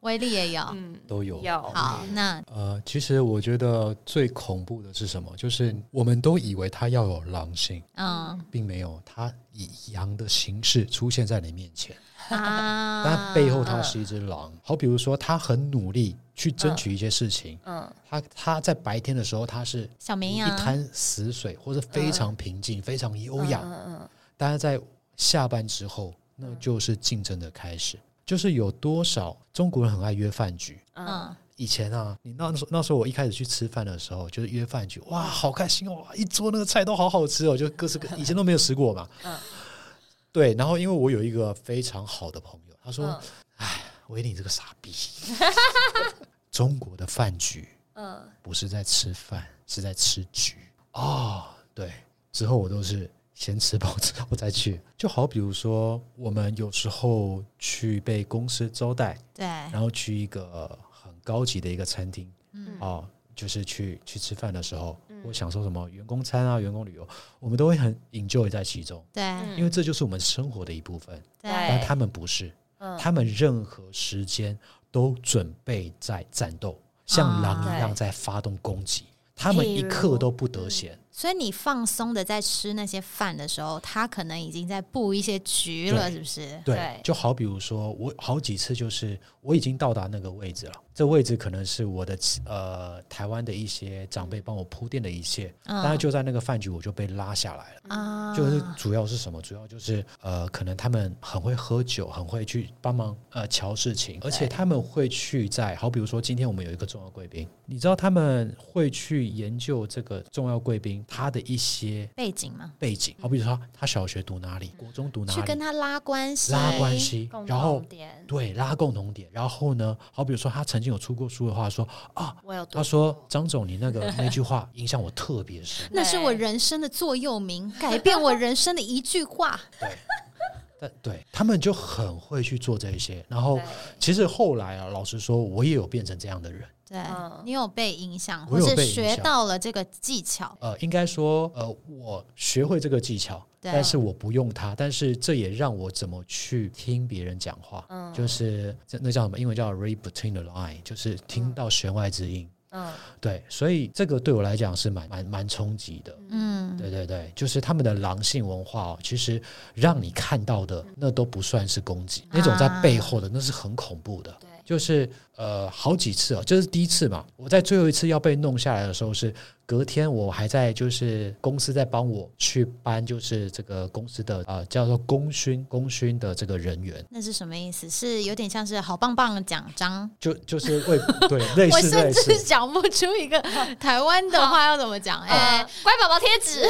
威力也有。
嗯，
都有
有
好，那
呃，其实我觉得最恐怖的是什么？就是我们都以为它要有狼性，
嗯
并没有，它以羊的形式出现在你面前，
啊，
但背后它是一只狼。好，比如说它很努力去争取一些事情，
嗯
它它在白天的时候它是
小绵
一
羊，
滩死水，或是非常平静、非常优雅，
嗯嗯
但是在下班之后，那就是竞争的开始。就是有多少中国人很爱约饭局，
嗯
嗯
以前啊，你那时候那时候我一开始去吃饭的时候，就是约饭局，哇，好开心哦！哇一桌那个菜都好好吃哦，就各式各，以前都没有吃过嘛。
嗯
对，然后因为我有一个非常好的朋友，他说哎
嗯：“
维、你这个傻逼，中国的饭局
嗯
不是在吃饭，是在吃局。”哦，对，之后我都是先吃饱之后再去。就好比如说，我们有时候去被公司招待，
对，
哎
然后去一个呃很高级的一个餐厅，
嗯
哦，就是去去吃饭的时候，
嗯
或享受什么员工餐啊、员工旅游，我们都会很 enjoy 在其中，
对
嗯
因为这就是我们生活的一部分。
对
但
对
他们不是，
嗯，
他们任何时间都准备在战斗，
啊
像狼一样
对
在发动攻击，他们一
譬如
刻都不得闲。
所以你放松的在吃那些饭的时候，他可能已经在布一些局了，
对
是不是？
对
对，
就好比如说，我好几次就是我已经到达那个位置了，这位置可能是我的呃台湾的一些长辈帮我铺垫的一切，
嗯
当然就在那个饭局我就被拉下来了。
啊，
就是主要是什么？主要就是呃，可能他们很会喝酒，很会去帮忙呃瞧事情，而且他们会去在好，比如说今天我们有一个重要贵宾，你知道他们会去研究这个重要贵宾他的一些
背景嘛，
背景，好比如说他小学读哪里，国中读哪
嗯去跟
里，
他拉关系，
拉关系
共，
然后
同点，
对拉共同点，然后呢，好比如说他曾经有出过书的话，说啊，
我有读
他说张总你那个那句话 影响我特别深，
那是我人生的座右铭，改变我人生的一句话。
但对他们就很会去做这一些，然后
对。
其实后来啊，老实说，我也有变成这样的人。
对、
嗯
你有被影响，
我
或
有
是
被影
学
响
到了这个技巧，
呃，应该说，呃，我学会这个技巧，
对啊
但是我不用它，但是这也让我怎么去听别人讲话，
嗯
就是这那叫什么？英文叫 read between the line，就是听到弦外之音。
嗯
对，所以这个对我来讲是蛮蛮蛮冲击的。
嗯，
对对对，就是他们的狼性文化哦，其实让你看到的那都不算是攻击，那种在背后的那是很恐怖的。
对
就是呃好几次哦，这是第一次嘛。我在最后一次要被弄下来的时候是隔天，我还在就是公司在帮我去搬，就是这个公司的呃叫做功勋功勋的这个人员，
那是什么意思？是有点像是好棒棒的奖章。
就就是为 对类
我
似
甚
类
至
似。
想不出一个台湾的话要怎么 讲，哎、
呃乖宝宝贴 纸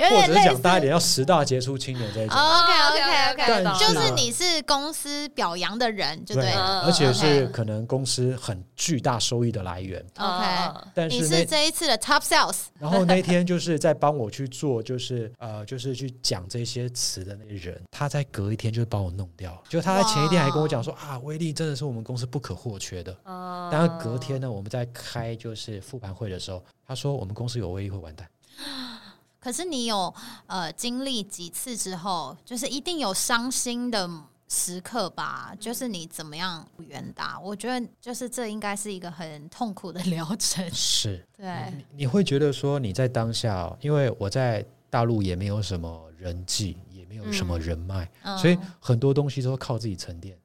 有
或
点
者是
类
讲
似。哦
大一点，要十大杰出青年这一种，
OK OK
，OK，OK，OK，
OK，
但
懂
就
了
是你是公司表扬的人，就对
对，
了。
嗯
而且是
OK
可能公司很巨大收益的来源。
OK，
嗯
但
你
是
是
那
这一次的 Top Sales，
然后那天就是在帮我去做，就是呃，就是去讲这些词的那些人，他在隔一天就把我弄掉了。就他在前一天还跟我讲说啊，威力真的是我们公司不可或缺的。
哦
嗯
但是隔天呢，我们在开就是复盘会的时候，他说我们公司有威力会完蛋。
可是你有呃经历几次之后，就是一定有伤心的时刻吧？就是你怎么样圆达？我觉得就是这应该是一个很痛苦的疗程。
是，
对，
你你会觉得说你在当下哦、因为我在大陆也没有什么人际，也没有什么人脉，
嗯
所以很多东西都靠自己沉淀。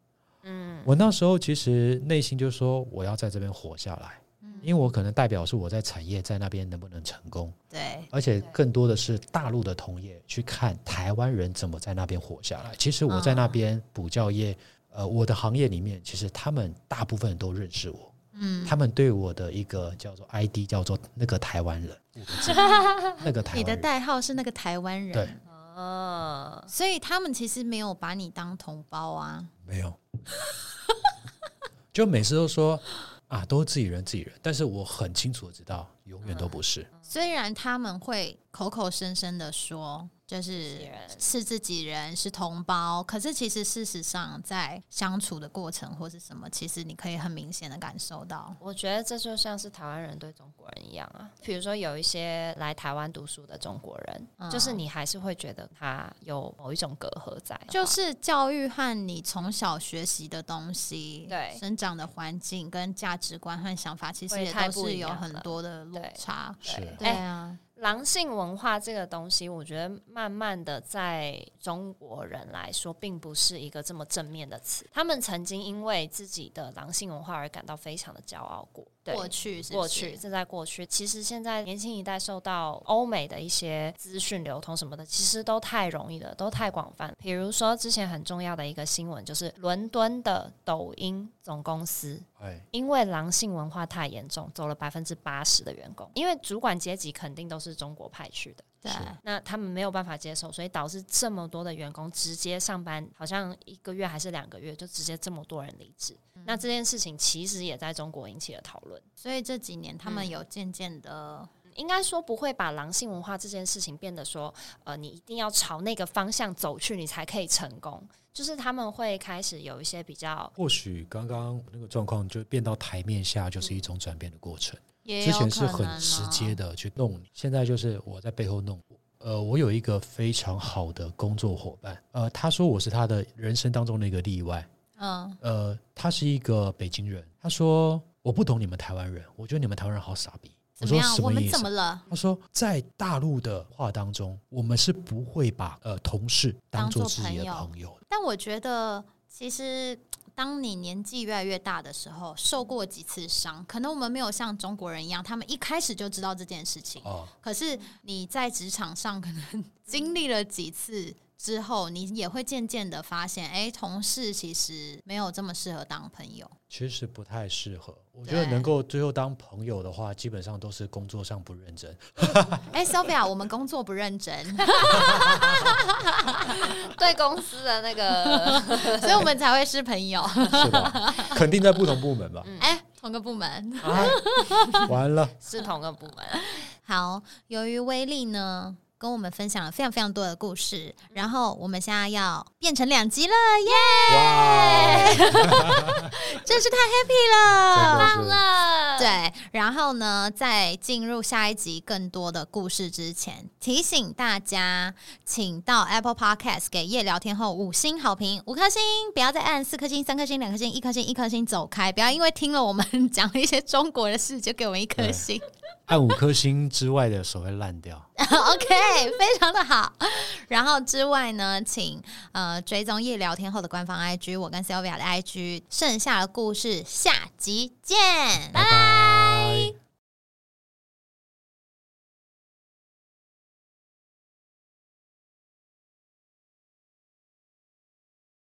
嗯
我那时候其实内心就说，我要在这边活下来，
嗯
因为我可能代表是我在产业在那边能不能成功，
对，
而且更多的是大陆的同业去看台湾人怎么在那边活下来。其实我在那边补教
嗯
业，呃，我的行业里面，其实他们大部分都认识我，
嗯，
他们对我的一个叫做 ID 叫做那个台湾 人，五个字那个台
你的
湾人，
代号是那个台湾人，
对
哦
所以他们其实没有把你当同胞啊。
没有， 就每次都说啊，都是自己人自己人，但是我很
嗯
清楚的知道，永远都不是。
虽然他们会口口声声的说就是
人
是自己人，是同胞。可是其实事实上，在相处的过程或是什么，其实你可以很明显的感受到，
我觉得这就像是台湾人对中国人一样啊。比如说有一些来台湾读书的中国人，
嗯
就是你还是会觉得他有某一种隔阂在，
就是教育和你从小学习的东西，
对
生长的环境跟价值观和想法，其实
会
也
太
都
不
是
一
有
样
很
了
多的落
对哎
差。
是
对
对啊，
狼性文化这个东西，我觉得慢慢的在中国人来说，并不是一个这么正面的词。他们曾经因为自己的狼性文化而感到非常的骄傲过。对。
过去是不
过
是
去，这在过去，其实现在年轻一代受到欧美的一些资讯流通什么的，其实都太容易了，都太广泛。比如说之前很重要的一个新闻，就是伦敦的抖音总公司
哎，
因为狼性文化太严重，走了百分之八十的员工，因为主管阶级肯定都是中国派去的，
对
是
那他们没有办法接受，所以导致这么多的员工直接上班，好像一个月还是两个月就直接这么多人离职。那这件事情其实也在中国引起了讨论，
所以这几年他们
嗯
有渐渐的，
应该说不会把狼性文化这件事情变得说，呃，你一定要朝那个方向走去，你才可以成功。就是他们会开始有一些比较
或许刚刚那个状况就变到台面下，就是一种转变的过程。
也
之
有
前是
可能
很直
哦
接的去弄你，现在就是我在背后弄我。呃，我有一个非常好的工作伙伴，呃，他说我是他的人生当中的一个例外。
嗯，
呃，他是一个北京人，他说我不懂你们台湾人，我觉得你们台湾人好傻逼。我
怎么
说
样？
什
我
么
们
意
怎
思
么？了？
他说，在大陆的话当中，我们是不会把呃同事当做
当
自
作
己
朋
的
友
朋友的。
但我觉得，其实当你年纪越来越大的时候，受过几次伤，可能我们没有像中国人一样，他们一开始就知道这件事情。
哦，
可是你在职场上可能 经历了几次之后，你也会渐渐的发现，哎、同事其实没有这么适合当朋友。
其实不太适合。我觉得
对
能够最后当朋友的话，基本上都是工作上不认 真。
哎、s o p h i a 我们工作不认真，
对公司的那个
所以我们才会是朋友。
是吧？肯定在不同部门吧？
哎、同个部门。
啊，
嗯
完了，
是同个部门。
好，由于威力呢跟我们分享了非常非常多的故事，然后我们现在要变成两集了，
哇，
耶！ 真是太 happy 了。
真的
了，
对，然后呢，在进入下一集更多的故事之前，提醒大家，请到 Apple Podcast 给夜聊天后五星好评，五颗星，不要再按四颗星、三颗星、两颗星、一颗星、一颗星走开，不要因为听了我们 讲了一些中国的事就给我们一颗
对
星。
按五颗星之外的手会烂掉。
OK，非常的好。然后之外呢，请呃追踪夜聊天后的官方 IG，我跟 Sylvia 的 IG。剩下的故事下集见，拜拜。
拜拜。